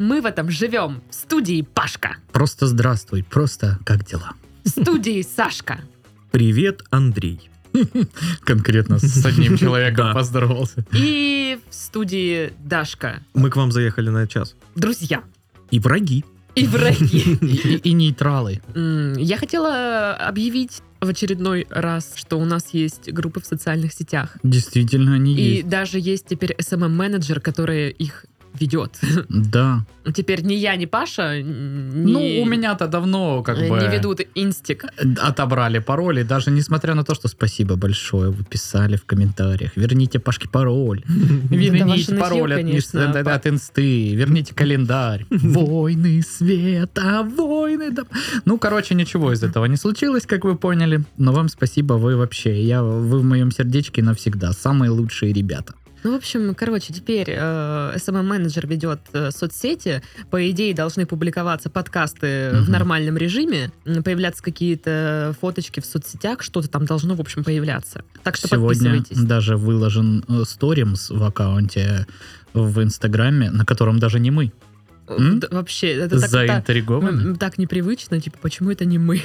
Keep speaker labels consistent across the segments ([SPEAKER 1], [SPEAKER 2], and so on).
[SPEAKER 1] мы в этом живем. В студии Пашка,
[SPEAKER 2] Просто здравствуй, просто как дела?
[SPEAKER 1] в студии Сашка,
[SPEAKER 3] Привет, Андрей.
[SPEAKER 2] Конкретно с одним человеком
[SPEAKER 3] Да.
[SPEAKER 2] поздоровался.
[SPEAKER 1] и в студии Дашка.
[SPEAKER 3] Мы к вам заехали на час.
[SPEAKER 1] Друзья
[SPEAKER 3] И враги.
[SPEAKER 1] и враги.
[SPEAKER 2] И- И и нейтралы.
[SPEAKER 1] М, Я хотела объявить в очередной раз, что у нас есть группы в социальных сетях.
[SPEAKER 2] Действительно, они
[SPEAKER 1] И
[SPEAKER 2] есть.
[SPEAKER 1] даже есть теперь SMM-менеджер, который их ведет.
[SPEAKER 2] Да.
[SPEAKER 1] Теперь ни я, ни Паша, ни...
[SPEAKER 2] Ну, у меня-то давно как
[SPEAKER 3] Э,
[SPEAKER 2] бы...
[SPEAKER 1] Не ведут инстик.
[SPEAKER 2] Отобрали пароли, даже несмотря на то, что спасибо большое, вы писали в комментариях. Верните Пашке пароль.
[SPEAKER 1] ваше
[SPEAKER 2] Верните
[SPEAKER 1] нытье,
[SPEAKER 2] пароль от,
[SPEAKER 1] конечно,
[SPEAKER 2] инст-
[SPEAKER 1] Па-
[SPEAKER 2] от инсты. Верните календарь. Войны света, войны... доб- Ну, короче, ничего из этого не случилось, как вы поняли. Но вам спасибо, вы вообще. Я, вы в моем сердечке навсегда. Самые лучшие ребята.
[SPEAKER 1] Ну, в общем, короче, теперь SMM-менеджер ведет э, соцсети. По идее, должны публиковаться подкасты в
[SPEAKER 2] Мгм.
[SPEAKER 1] нормальном режиме, м, появляться какие-то фоточки в соцсетях, что-то там должно, в общем, появляться. Так что
[SPEAKER 2] Сегодня
[SPEAKER 1] подписывайтесь.
[SPEAKER 2] даже выложен э, сторимс в аккаунте в Инстаграме, на котором даже не мы м?
[SPEAKER 1] Э, Д- Вообще, это так, та-
[SPEAKER 2] заинтригованы.
[SPEAKER 1] м, так непривычно, типа, почему это не мы?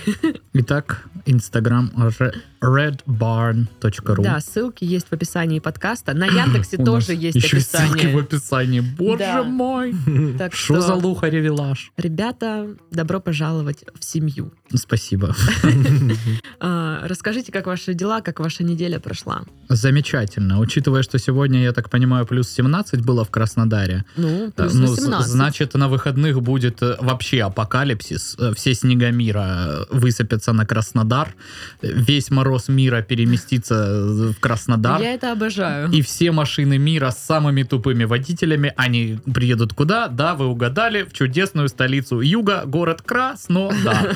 [SPEAKER 2] Итак, Инстаграм re- redbarn.ru.
[SPEAKER 1] Да, ссылки есть в описании подкаста. На Яндексе
[SPEAKER 2] У
[SPEAKER 1] тоже
[SPEAKER 2] нас
[SPEAKER 1] есть
[SPEAKER 2] еще и ссылки в
[SPEAKER 1] описание.
[SPEAKER 2] описании. Боже
[SPEAKER 1] Да.
[SPEAKER 2] мой!
[SPEAKER 1] Так
[SPEAKER 2] Что
[SPEAKER 1] что,
[SPEAKER 2] за луха-ревелаж?
[SPEAKER 1] ребята, добро пожаловать в семью.
[SPEAKER 2] Спасибо.
[SPEAKER 1] А, Расскажите, как ваши дела, как ваша неделя прошла.
[SPEAKER 2] Замечательно. Учитывая, что сегодня, я так понимаю, плюс 17 было в Краснодаре.
[SPEAKER 1] Ну,
[SPEAKER 2] э,
[SPEAKER 1] плюс
[SPEAKER 2] ну, з-
[SPEAKER 1] 18.
[SPEAKER 2] значит, на выходных будет э, вообще апокалипсис. Э, Все снега мира э, высыпятся на Краснодар. Э, Весь мороз мира переместится э, в Краснодар.
[SPEAKER 1] Я это обожаю.
[SPEAKER 2] И все машины мира с самыми тупыми водителями, они приедут куда? Да, вы угадали, в чудесную столицу юга, город Краснодар.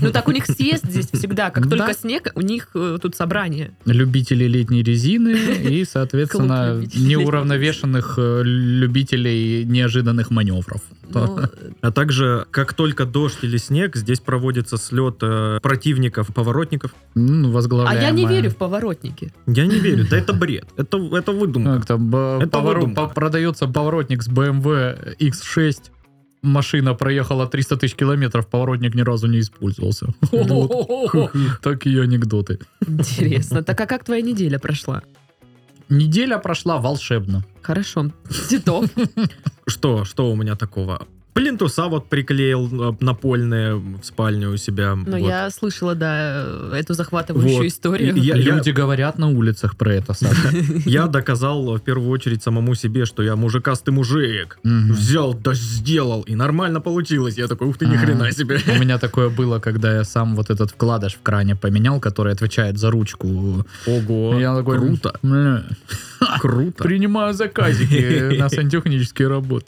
[SPEAKER 1] Ну так у них съезд здесь всегда. Как
[SPEAKER 2] Да.
[SPEAKER 1] только снег, у них э, тут собрание.
[SPEAKER 2] Любители летней резины и,
[SPEAKER 1] Клуб
[SPEAKER 2] соответственно,
[SPEAKER 1] любителей
[SPEAKER 2] неуравновешенных э, любителей неожиданных маневров.
[SPEAKER 1] Ну,
[SPEAKER 3] А также, как только дождь или снег, здесь проводится слет э, противников, поворотников.
[SPEAKER 2] М,
[SPEAKER 1] А
[SPEAKER 2] возглавляемая-
[SPEAKER 1] я не верю в поворотники.
[SPEAKER 3] Я не верю, да это бред, это, это выдумка.
[SPEAKER 2] Как там, Ну, б-
[SPEAKER 3] Это
[SPEAKER 2] поворот-
[SPEAKER 3] выдумка.
[SPEAKER 2] по- Продается поворотник с эм BMW X6. Машина проехала 300 тысяч километров, поворотник ни разу не использовался.
[SPEAKER 1] Хо-хо-хо.
[SPEAKER 2] Такие анекдоты.
[SPEAKER 1] Ну, Интересно. Так а как твоя неделя прошла?
[SPEAKER 2] Неделя прошла волшебно.
[SPEAKER 1] Хорошо. Титов.
[SPEAKER 3] Что, что у меня такого? Плинтуса вот приклеил э, напольные в спальню у себя.
[SPEAKER 1] Но
[SPEAKER 3] вот.
[SPEAKER 1] Ну, я слышала, да, э, эту захватывающую
[SPEAKER 3] Вот.
[SPEAKER 1] историю.
[SPEAKER 3] И я-
[SPEAKER 2] Люди говорят на улицах про это, Саша.
[SPEAKER 3] Я доказал э, в первую очередь самому себе, что я мужикастый мужик.
[SPEAKER 2] Мгм.
[SPEAKER 3] Взял, да сделал, и нормально получилось. Я такой, ух ты, ни
[SPEAKER 2] А.
[SPEAKER 3] хрена себе.
[SPEAKER 2] У меня такое было, когда я сам вот этот вкладыш в кране поменял, который отвечает за ручку.
[SPEAKER 3] Ого,
[SPEAKER 2] Я такой,
[SPEAKER 3] круто,
[SPEAKER 2] «М,
[SPEAKER 3] круто.
[SPEAKER 2] Принимаю заказики на сантехнические работы.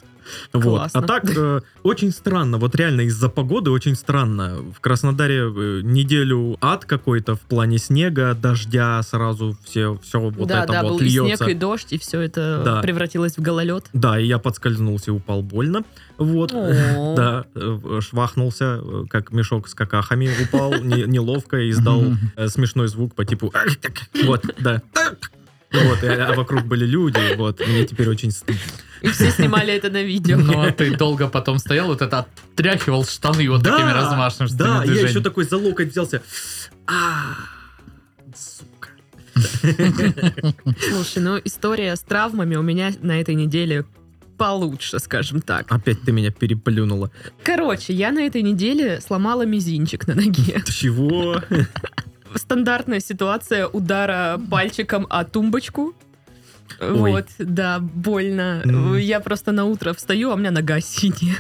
[SPEAKER 3] Вот.
[SPEAKER 1] Классно.
[SPEAKER 3] А так, э, очень странно, вот реально из-за погоды очень странно. В Краснодаре э, неделю ад какой-то в плане снега, дождя, сразу все, все вот
[SPEAKER 1] да,
[SPEAKER 3] это
[SPEAKER 1] да,
[SPEAKER 3] вот
[SPEAKER 1] был и
[SPEAKER 3] льется.
[SPEAKER 1] снег, и дождь, и все это
[SPEAKER 3] Да.
[SPEAKER 1] превратилось в гололед.
[SPEAKER 3] Да, и я подскользнулся и упал больно. Вот.
[SPEAKER 1] О.
[SPEAKER 3] Да, э, швахнулся, э, как мешок с какахами упал, не- неловко, и издал
[SPEAKER 2] Мгм.
[SPEAKER 3] э, смешной звук по типу «Ах, так». Вот, да. Вот, и, а вокруг были люди, вот, мне теперь очень стыдно.
[SPEAKER 1] И все снимали это на видео.
[SPEAKER 2] Ну, а ты долго потом стоял, вот это отряхивал штаны вот такими размашными
[SPEAKER 3] Да, я еще
[SPEAKER 2] движениями.
[SPEAKER 3] такой за локоть взялся. А, сука.
[SPEAKER 1] Слушай, ну история с травмами у меня на этой неделе получше, скажем так.
[SPEAKER 3] Опять ты меня переплюнула.
[SPEAKER 1] Короче, я на этой неделе сломала мизинчик на ноге.
[SPEAKER 3] Чего?
[SPEAKER 1] Стандартная ситуация удара пальчиком о тумбочку.
[SPEAKER 3] Ой.
[SPEAKER 1] Вот, да, больно.
[SPEAKER 3] М.
[SPEAKER 1] Я просто на утро встаю, а у меня нога синяя.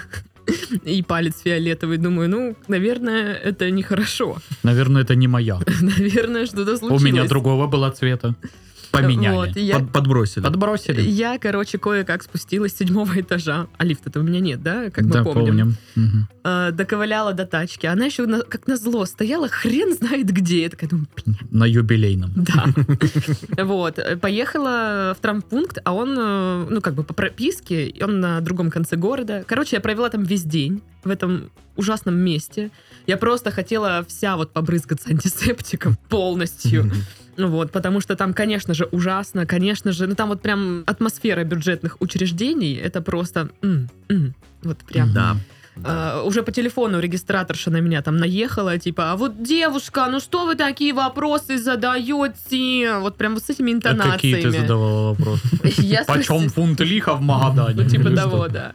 [SPEAKER 1] И палец фиолетовый. Думаю, ну, наверное, это нехорошо.
[SPEAKER 2] Наверное, это не моя.
[SPEAKER 1] Наверное, что-то
[SPEAKER 2] У
[SPEAKER 1] случилось.
[SPEAKER 2] меня другого было цвета. Поменяли.
[SPEAKER 1] Вот, и я
[SPEAKER 3] Под- Подбросили.
[SPEAKER 2] Подбросили.
[SPEAKER 1] Я, короче, кое-как спустилась с седьмого этажа. А лифта-то у меня нет, да? Как мы
[SPEAKER 2] да,
[SPEAKER 1] помним.
[SPEAKER 2] помним. Мгм.
[SPEAKER 1] Э, доковыляла до тачки. Она еще на- как назло стояла, хрен знает где. Я такая думаю, «Пи***».
[SPEAKER 2] На юбилейном.
[SPEAKER 1] да. Вот. Э, Поехала в травмпункт, а он, э, ну, как бы по прописке, и он на другом конце города. Короче, я провела там весь день, в этом ужасном месте. Я просто хотела вся вот побрызгаться антисептиком полностью. Ну Вот, потому что там, конечно же, ужасно, конечно же, ну там вот прям атмосфера бюджетных учреждений, это просто... м, м. Вот прям.
[SPEAKER 3] Да. да.
[SPEAKER 1] А, уже по телефону регистраторша на меня там наехала, типа, а вот девушка, ну что вы такие вопросы задаете? Вот прям вот с этими
[SPEAKER 2] А
[SPEAKER 1] интонациями.
[SPEAKER 2] Какие ты задавала вопросы?
[SPEAKER 1] Я
[SPEAKER 2] Почем
[SPEAKER 1] спросила-
[SPEAKER 2] фунт лиха в Магадане?
[SPEAKER 1] Ну, типа
[SPEAKER 2] Или
[SPEAKER 1] того, да.
[SPEAKER 2] что?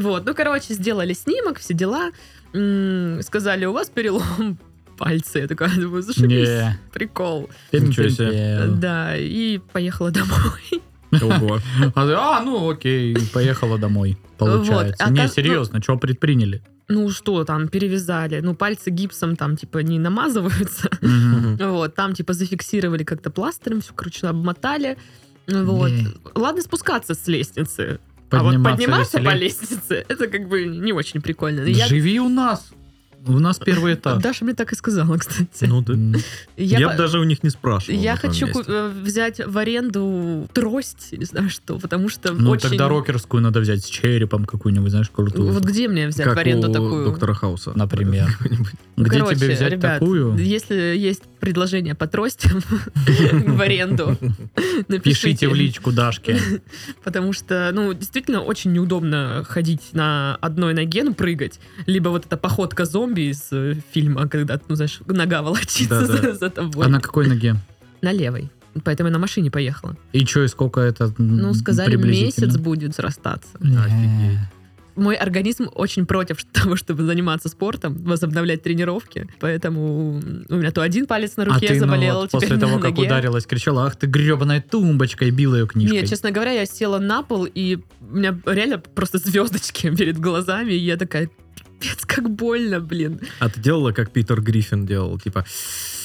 [SPEAKER 1] Вот, ну, короче, сделали снимок, все дела. М, Сказали, у вас перелом пальца. Я такая думаю, зашибись,
[SPEAKER 2] Не. Э.
[SPEAKER 1] прикол.
[SPEAKER 3] Ничего себе.
[SPEAKER 2] Пим-пим-пим.
[SPEAKER 1] Да, и поехала домой.
[SPEAKER 3] Ого.
[SPEAKER 2] А, а, ну окей, поехала домой. Получается.
[SPEAKER 1] а
[SPEAKER 2] не,
[SPEAKER 1] так, ну-
[SPEAKER 2] серьезно, что предприняли?
[SPEAKER 1] Ну, что там, перевязали. Ну, пальцы гипсом там, типа, не намазываются.
[SPEAKER 2] Мгм.
[SPEAKER 1] Вот, там, типа, зафиксировали как-то пластырем, все, короче, обмотали. Вот.
[SPEAKER 2] Не.
[SPEAKER 1] Ладно спускаться с лестницы. а вот
[SPEAKER 2] Подниматься
[SPEAKER 1] подниматься по
[SPEAKER 2] веселее.
[SPEAKER 1] лестнице, это как бы не очень прикольно. Я- А
[SPEAKER 2] Живи у нас. У нас первый этаж.
[SPEAKER 1] Даша мне так и сказала, кстати.
[SPEAKER 3] Ну да.
[SPEAKER 2] М,
[SPEAKER 3] Я,
[SPEAKER 1] по-
[SPEAKER 3] бы даже у них не спрашивал.
[SPEAKER 1] Я
[SPEAKER 3] на том
[SPEAKER 1] хочу
[SPEAKER 3] месте.
[SPEAKER 1] ку- э, взять в аренду трость, не знаю что, потому что
[SPEAKER 2] Ну
[SPEAKER 1] очень... Ну,
[SPEAKER 2] тогда рокерскую надо взять с черепом какую-нибудь, знаешь, крутую.
[SPEAKER 1] Вот где мне взять
[SPEAKER 3] Как
[SPEAKER 1] в аренду
[SPEAKER 3] у
[SPEAKER 1] такую?
[SPEAKER 3] доктора Хауса.
[SPEAKER 2] Например.
[SPEAKER 1] Ну,
[SPEAKER 2] Где
[SPEAKER 1] короче,
[SPEAKER 2] тебе взять
[SPEAKER 1] ребят,
[SPEAKER 2] такую?
[SPEAKER 1] Если есть предложение по тростям в аренду, напишите.
[SPEAKER 2] Пишите в личку Дашке.
[SPEAKER 1] Потому что, ну, действительно очень неудобно ходить на одной ноге, ну, прыгать. Либо вот эта походка зомби из э, фильма, когда, ну, знаешь, нога волочится
[SPEAKER 3] Да-да.
[SPEAKER 1] за- за тобой.
[SPEAKER 2] А на какой ноге?
[SPEAKER 1] На левой. Поэтому я на машине поехала.
[SPEAKER 2] И что, и сколько это
[SPEAKER 1] Ну, сказали, месяц будет срастаться.
[SPEAKER 3] Офигеть.
[SPEAKER 1] мой организм очень против того, чтобы заниматься спортом, возобновлять тренировки. Поэтому у меня то один палец на
[SPEAKER 2] А
[SPEAKER 1] руке
[SPEAKER 2] ты ну,
[SPEAKER 1] заболел,
[SPEAKER 2] вот
[SPEAKER 1] теперь
[SPEAKER 2] после
[SPEAKER 1] на
[SPEAKER 2] того, как
[SPEAKER 1] ноге.
[SPEAKER 2] ударилась, кричала, ах ты гребаная тумбочка, и била ее книжкой.
[SPEAKER 1] Нет, честно говоря, я села на пол, и у меня реально просто звездочки перед глазами, и я такая, пипец, как больно, блин.
[SPEAKER 3] А ты делала, как Питер Гриффин делал, типа...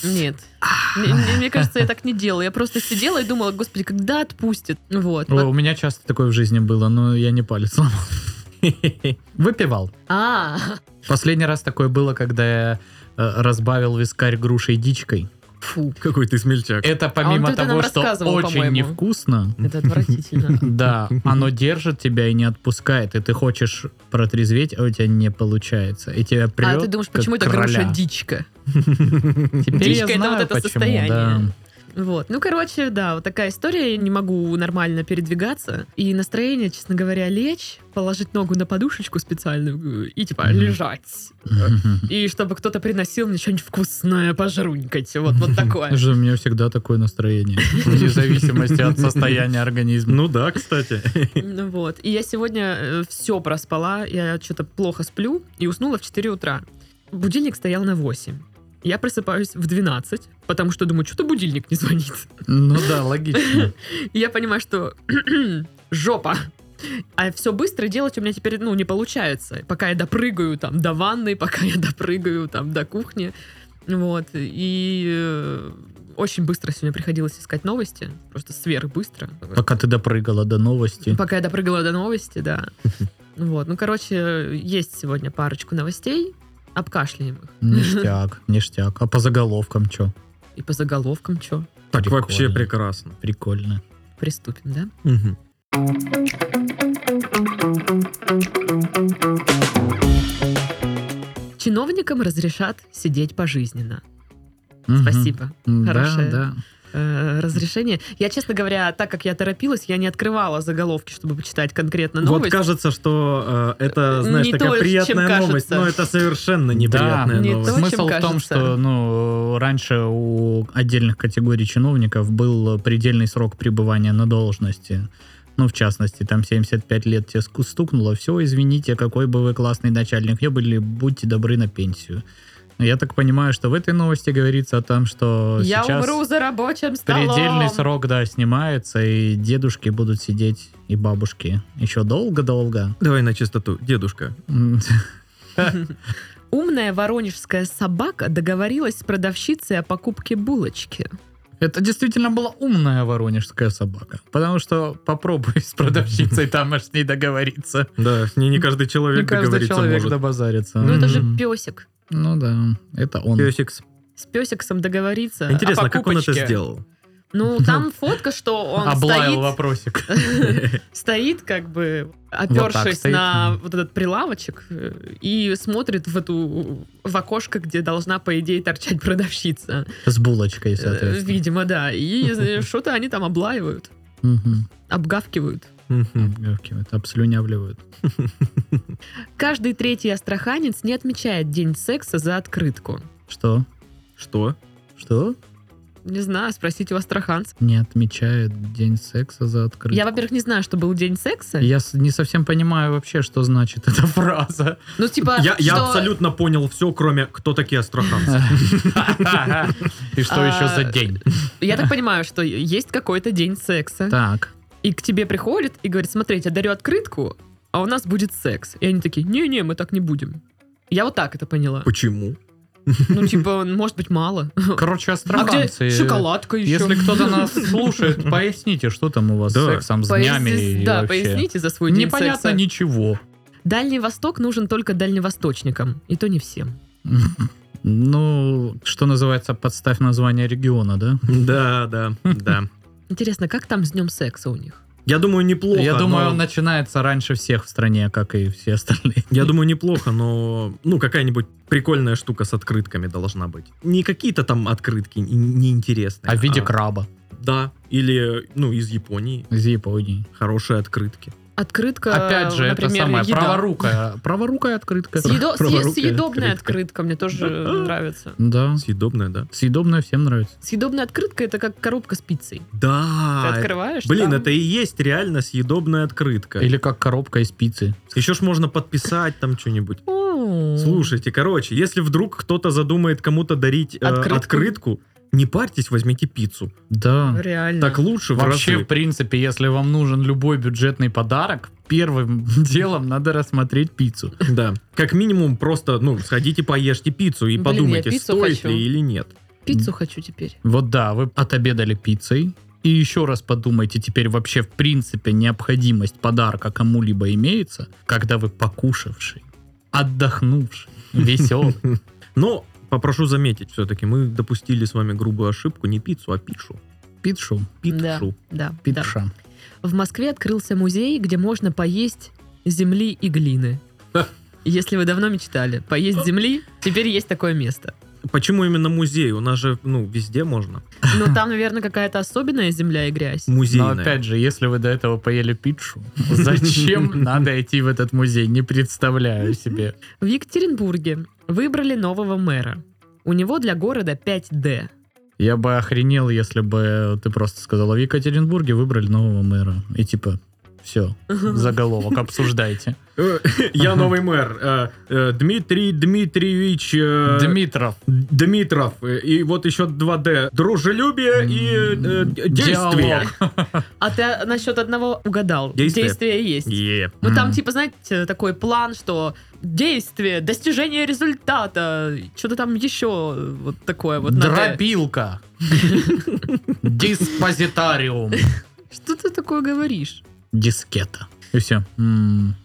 [SPEAKER 1] Нет. Мне- мне- Мне кажется, я так не делала. Я просто сидела и думала, господи, когда отпустит? Вот.
[SPEAKER 2] О, у меня часто такое в жизни было, но я не палец сломал. Выпивал.
[SPEAKER 1] А,
[SPEAKER 2] Последний раз такое было, когда я э, разбавил вискарь грушей дичкой.
[SPEAKER 1] фу.
[SPEAKER 3] Какой ты смельчак.
[SPEAKER 2] Это
[SPEAKER 1] вот
[SPEAKER 2] помимо
[SPEAKER 1] это
[SPEAKER 2] того,
[SPEAKER 1] А нам
[SPEAKER 2] что
[SPEAKER 1] рассказывал,
[SPEAKER 2] очень
[SPEAKER 1] по-моему.
[SPEAKER 2] невкусно,
[SPEAKER 1] Это отвратительно.
[SPEAKER 2] да, оно держит тебя и не отпускает, и ты хочешь протрезветь, а у тебя не получается. И тебя прет,
[SPEAKER 1] А ты думаешь, почему это
[SPEAKER 2] как
[SPEAKER 1] груша
[SPEAKER 2] короля.
[SPEAKER 1] дичка?
[SPEAKER 2] Теперь
[SPEAKER 1] дичка?
[SPEAKER 2] я
[SPEAKER 1] Это
[SPEAKER 2] знаю,
[SPEAKER 1] вот это
[SPEAKER 2] почему,
[SPEAKER 1] состояние.
[SPEAKER 2] да.
[SPEAKER 1] Вот. Ну, короче, да, вот такая история. Я не могу нормально передвигаться. И настроение, честно говоря, лечь, положить ногу на подушечку специальную э, и, типа,
[SPEAKER 2] Мгм.
[SPEAKER 1] лежать. И чтобы кто-то приносил мне что-нибудь вкусное пожрунькать. Вот, вот такое.
[SPEAKER 2] Же у меня всегда такое настроение. Вне зависимости от состояния организма.
[SPEAKER 3] Ну да, кстати.
[SPEAKER 1] Ну Вот. И я сегодня все проспала. Я что-то плохо сплю и уснула в 4 утра. Будильник стоял на 8. Я просыпаюсь в 12, потому что думаю, что-то будильник не звонит.
[SPEAKER 2] Ну да, логично.
[SPEAKER 1] И я понимаю, что жопа. А все быстро делать у меня теперь, ну, не получается. Пока я допрыгаю там до ванны, пока я допрыгаю там до кухни. Вот. И э, очень быстро сегодня приходилось искать новости. Просто сверх быстро.
[SPEAKER 2] Пока ты допрыгала до новости.
[SPEAKER 1] Пока я допрыгала до новости, да. Вот. Ну, короче, есть сегодня парочку новостей. Обкашляем их.
[SPEAKER 2] Ништяк, ништяк. А по заголовкам что?
[SPEAKER 1] И по заголовкам что?
[SPEAKER 3] Так
[SPEAKER 2] Прикольно.
[SPEAKER 3] вообще прекрасно.
[SPEAKER 2] Прикольно.
[SPEAKER 1] Приступим, да?
[SPEAKER 3] Мгм.
[SPEAKER 1] Чиновникам разрешат сидеть пожизненно.
[SPEAKER 2] Мгм.
[SPEAKER 1] Спасибо.
[SPEAKER 2] М, Да,
[SPEAKER 1] Хорошая.
[SPEAKER 2] да.
[SPEAKER 1] э, разрешение. Я, честно говоря, так как я торопилась, я не открывала заголовки, чтобы почитать конкретно
[SPEAKER 3] Вот
[SPEAKER 1] Ну, новость.
[SPEAKER 3] кажется, что э, это, знаешь,
[SPEAKER 1] Не
[SPEAKER 3] такая
[SPEAKER 1] то, чем
[SPEAKER 3] приятная
[SPEAKER 1] кажется.
[SPEAKER 3] новость, но это совершенно неприятная
[SPEAKER 2] Да.
[SPEAKER 1] Не
[SPEAKER 3] новость.
[SPEAKER 1] то, чем
[SPEAKER 2] Смысл в том,
[SPEAKER 1] кажется.
[SPEAKER 2] что ну, раньше у отдельных категорий чиновников был предельный срок пребывания на должности. Ну, в частности, там 75 лет тебе ску- стукнуло, все, извините, какой бы вы классный начальник не были, будьте добры на пенсию. Я так понимаю, что в этой новости говорится о том, что
[SPEAKER 1] я
[SPEAKER 2] сейчас
[SPEAKER 1] умру за рабочим столом.
[SPEAKER 2] предельный срок, да, снимается, и дедушки будут сидеть, и бабушки еще долго-долго.
[SPEAKER 3] Давай на чистоту, дедушка.
[SPEAKER 2] М,
[SPEAKER 1] Умная воронежская собака договорилась с продавщицей о покупке булочки.
[SPEAKER 2] Это действительно была умная воронежская собака. Потому что попробуй с продавщицей там аж с ней договориться.
[SPEAKER 3] Да, с ней не каждый
[SPEAKER 2] Не
[SPEAKER 3] человек
[SPEAKER 2] каждый
[SPEAKER 3] договориться
[SPEAKER 2] человек
[SPEAKER 3] может.
[SPEAKER 2] добазарится.
[SPEAKER 1] Ну это же
[SPEAKER 2] М.
[SPEAKER 1] песик.
[SPEAKER 2] Ну да, А это он.
[SPEAKER 3] Песикс.
[SPEAKER 1] С песиком договориться. о
[SPEAKER 3] Интересно, как он это
[SPEAKER 1] покупочке.
[SPEAKER 3] сделал?
[SPEAKER 1] Ну, там фотка, что он
[SPEAKER 2] Облаял
[SPEAKER 1] стоит,
[SPEAKER 2] вопросик.
[SPEAKER 1] стоит, как бы,
[SPEAKER 2] Вот так
[SPEAKER 1] опершись
[SPEAKER 2] стоит.
[SPEAKER 1] на вот этот прилавочек э, и смотрит в эту в окошко, где должна, по идее, торчать продавщица.
[SPEAKER 2] С булочкой,
[SPEAKER 1] Э,
[SPEAKER 2] соответственно.
[SPEAKER 1] Видимо, да. И э, что-то они там облаивают,
[SPEAKER 2] Мгм.
[SPEAKER 1] обгавкивают.
[SPEAKER 3] Мгм.
[SPEAKER 2] Обгавкивают, обслюнявливают.
[SPEAKER 1] Каждый третий астраханец не отмечает день секса за открытку.
[SPEAKER 2] Что?
[SPEAKER 3] Что?
[SPEAKER 2] Что?
[SPEAKER 1] Не знаю, спросите у астраханцев.
[SPEAKER 2] Не отмечают день секса за открытку.
[SPEAKER 1] Я, во-первых, не знаю, что был день секса.
[SPEAKER 2] Я с- не совсем понимаю вообще, что значит эта фраза.
[SPEAKER 1] Ну, типа,
[SPEAKER 2] А,
[SPEAKER 3] Я, я
[SPEAKER 1] что-
[SPEAKER 3] абсолютно понял все, кроме кто такие астраханцы.
[SPEAKER 2] И что
[SPEAKER 1] А,
[SPEAKER 2] еще за день?
[SPEAKER 1] я так понимаю, что есть какой-то день секса.
[SPEAKER 2] Так.
[SPEAKER 1] И к тебе приходит и говорит, смотрите, я дарю открытку, а у нас будет секс. И они такие, не-не, мы так не будем. Я вот так это поняла.
[SPEAKER 3] Почему?
[SPEAKER 1] Ну, типа, может быть, мало. А где
[SPEAKER 2] Короче, астраханцы.
[SPEAKER 1] шоколадка еще?
[SPEAKER 2] Если кто-то нас слушает, поясните, что там у вас с
[SPEAKER 3] Да.
[SPEAKER 2] сексом с днями
[SPEAKER 1] Поясни-
[SPEAKER 2] и
[SPEAKER 1] Да,
[SPEAKER 2] вообще.
[SPEAKER 1] поясните за свой день
[SPEAKER 2] Непонятно
[SPEAKER 1] секса.
[SPEAKER 2] ничего.
[SPEAKER 1] Дальний Восток нужен только дальневосточникам, и то не всем.
[SPEAKER 2] Ну, что называется, подставь название региона, да?
[SPEAKER 3] Да, да, да.
[SPEAKER 1] Интересно, как там с днем секса у них?
[SPEAKER 3] Я думаю, неплохо.
[SPEAKER 2] Я думаю,
[SPEAKER 3] но-
[SPEAKER 2] он начинается раньше всех в стране, как и все остальные.
[SPEAKER 3] Я думаю, неплохо, но ну какая-нибудь прикольная штука с открытками должна быть. Не какие-то там открытки н- неинтересные.
[SPEAKER 2] А в виде краба
[SPEAKER 3] Да, или ну из Японии
[SPEAKER 2] из Японии.
[SPEAKER 3] хорошие открытки.
[SPEAKER 1] Открытка,
[SPEAKER 2] Опять же, это
[SPEAKER 1] например,
[SPEAKER 2] самая
[SPEAKER 1] еда.
[SPEAKER 2] праворукая, праворукая открытка.
[SPEAKER 1] Съедо- съе-
[SPEAKER 3] праворукая
[SPEAKER 1] съедобная открытка
[SPEAKER 3] открытка.
[SPEAKER 1] мне тоже нравится.
[SPEAKER 2] Да,
[SPEAKER 3] Съедобная, да?
[SPEAKER 2] съедобная всем нравится.
[SPEAKER 1] Съедобная открытка это как коробка с пиццей. Ты
[SPEAKER 3] Да. А, это-
[SPEAKER 1] открываешь.
[SPEAKER 3] Блин,
[SPEAKER 1] там-
[SPEAKER 3] это и есть реально съедобная открытка.
[SPEAKER 2] Или как коробка из пиццы.
[SPEAKER 3] Еще ж можно подписать там что-нибудь.
[SPEAKER 1] О.
[SPEAKER 3] Слушайте, короче, если вдруг кто-то задумает кому-то дарить э,
[SPEAKER 1] Открытку.
[SPEAKER 3] открытку. не парьтесь, возьмите пиццу.
[SPEAKER 2] Да.
[SPEAKER 1] Реально.
[SPEAKER 3] а, Так лучше в
[SPEAKER 2] Вообще, в
[SPEAKER 3] разы.
[SPEAKER 2] принципе, если вам нужен любой бюджетный подарок, первым делом надо рассмотреть пиццу.
[SPEAKER 3] Да. Как минимум просто, ну, сходите поешьте пиццу и
[SPEAKER 1] Блин, я
[SPEAKER 3] подумайте,
[SPEAKER 1] пиццу
[SPEAKER 3] стоит
[SPEAKER 1] хочу.
[SPEAKER 3] ли или нет.
[SPEAKER 1] Пиццу хочу теперь.
[SPEAKER 2] Вот да, вы отобедали пиццей. И еще раз подумайте, теперь вообще в принципе необходимость подарка кому-либо имеется, когда вы покушавший, отдохнувший, веселый.
[SPEAKER 3] Но попрошу заметить, все-таки мы допустили с вами грубую ошибку, не пиццу, а пишу.
[SPEAKER 2] Пицшу,
[SPEAKER 3] Пиццу.
[SPEAKER 1] Да, да.
[SPEAKER 2] пицша.
[SPEAKER 1] В Москве открылся музей, где можно поесть земли и глины. Если вы давно мечтали поесть земли, теперь есть такое место.
[SPEAKER 3] Почему именно музей? У нас же, ну, везде можно.
[SPEAKER 1] Но там, наверное, какая-то особенная земля и грязь.
[SPEAKER 2] Но
[SPEAKER 3] Музейное.
[SPEAKER 2] опять же, если вы до этого поели пиццу, зачем надо идти в этот музей? Не представляю себе.
[SPEAKER 1] В Екатеринбурге выбрали нового мэра. У него для города 5D.
[SPEAKER 2] Я бы охренел, если бы ты просто сказала, в Екатеринбурге выбрали нового мэра. И типа, все, заголовок, обсуждайте.
[SPEAKER 3] Э, Я новый мэр. э, э, Дмитрий Дмитриевич э,
[SPEAKER 2] Дмитров,
[SPEAKER 3] Дмитров. Э, И вот еще 2D. Дружелюбие и э, действие.
[SPEAKER 2] диалог.
[SPEAKER 1] А ты насчет одного угадал.
[SPEAKER 3] Действие.
[SPEAKER 1] есть.
[SPEAKER 3] Е.
[SPEAKER 1] Ну там
[SPEAKER 2] Мгм.
[SPEAKER 1] типа, знаете, такой план, что действие, достижение результата, что-то там еще вот такое вот. на «Д».
[SPEAKER 2] Дробилка. Диспозитариум.
[SPEAKER 1] Что ты такое говоришь?
[SPEAKER 2] Дискета. И все.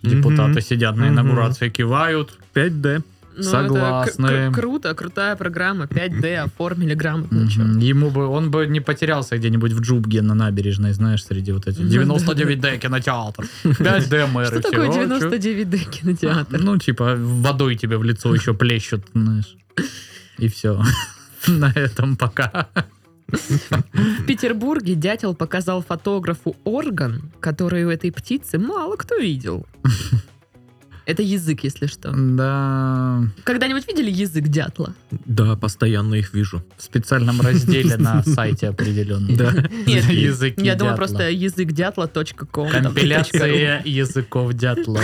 [SPEAKER 2] Депутаты
[SPEAKER 3] Мгм.
[SPEAKER 2] сидят на
[SPEAKER 3] Мгм.
[SPEAKER 2] инаугурации, кивают.
[SPEAKER 3] 5D.
[SPEAKER 1] Ну, это
[SPEAKER 2] Согласны.
[SPEAKER 1] кр- кр- круто, крутая программа, 5D, оформили грамотно. чё.
[SPEAKER 2] Мгм. Ему бы, он бы не потерялся где-нибудь в Джубге на набережной, знаешь, среди вот этих 99D кинотеатр, 5D мэр
[SPEAKER 1] Что
[SPEAKER 2] и всё.
[SPEAKER 1] такое
[SPEAKER 2] О, чё?
[SPEAKER 1] 99D кинотеатр?
[SPEAKER 2] Ну, типа, водой тебе в лицо еще плещут, знаешь. И все. На этом пока.
[SPEAKER 1] В Петербурге дятел показал фотографу орган, который у этой птицы мало кто видел. Это язык, если что.
[SPEAKER 2] Да,
[SPEAKER 1] Когда-нибудь видели язык дятла?
[SPEAKER 3] Да, постоянно их вижу.
[SPEAKER 2] в специальном разделе на сайте определенном.
[SPEAKER 3] Да.
[SPEAKER 1] Нет,
[SPEAKER 2] За языки
[SPEAKER 1] Я думаю,
[SPEAKER 2] дятла.
[SPEAKER 1] просто язык дятла.ком. там,
[SPEAKER 2] Компиляция языков дятла.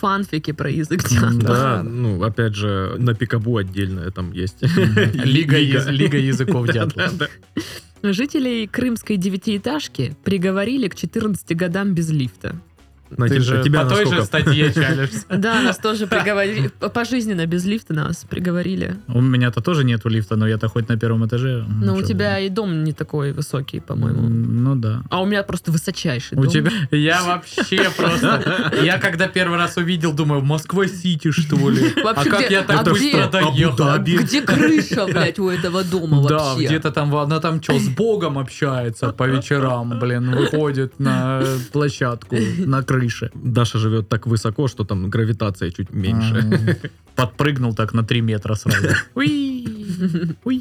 [SPEAKER 1] Фанфики про язык дятла.
[SPEAKER 3] Да, ну, опять же, на Пикабу отдельное там есть.
[SPEAKER 2] Лига яз- лига языков дятла.
[SPEAKER 3] Да-да-да.
[SPEAKER 1] Жителей крымской девятиэтажки приговорили к 14 годам без лифта.
[SPEAKER 2] Ты
[SPEAKER 3] Надежда,
[SPEAKER 1] а
[SPEAKER 2] же
[SPEAKER 3] тебя
[SPEAKER 2] по той
[SPEAKER 3] насколько?
[SPEAKER 2] же статье чалишься.
[SPEAKER 1] Да, нас тоже приговорили. Пожизненно без лифта нас приговорили.
[SPEAKER 2] У меня-то тоже нету лифта, но я-то хоть на первом этаже.
[SPEAKER 1] Но
[SPEAKER 2] Ну,
[SPEAKER 1] Ну, у
[SPEAKER 2] Чё
[SPEAKER 1] тебя
[SPEAKER 2] вы.
[SPEAKER 1] и дом не такой высокий, по-моему.
[SPEAKER 2] М, Ну да.
[SPEAKER 1] А у меня просто высочайший
[SPEAKER 2] У
[SPEAKER 1] дом.
[SPEAKER 2] тебя... Я вообще просто... Я когда первый раз увидел, думаю, Москва-Сити, что ли? А
[SPEAKER 1] Вообще,
[SPEAKER 2] как
[SPEAKER 1] где-
[SPEAKER 2] я так
[SPEAKER 1] а
[SPEAKER 2] быстро
[SPEAKER 1] где-
[SPEAKER 2] доехал?
[SPEAKER 3] Абу-Даби.
[SPEAKER 1] Где крыша, блядь, у этого дома
[SPEAKER 2] Да,
[SPEAKER 1] вообще?
[SPEAKER 2] где-то там, она там что, с Богом общается по вечерам, блин, выходит на площадку, на крыше.
[SPEAKER 3] Даша живет так высоко, что там гравитация чуть меньше.
[SPEAKER 2] М, Подпрыгнул так на 3 метра сразу.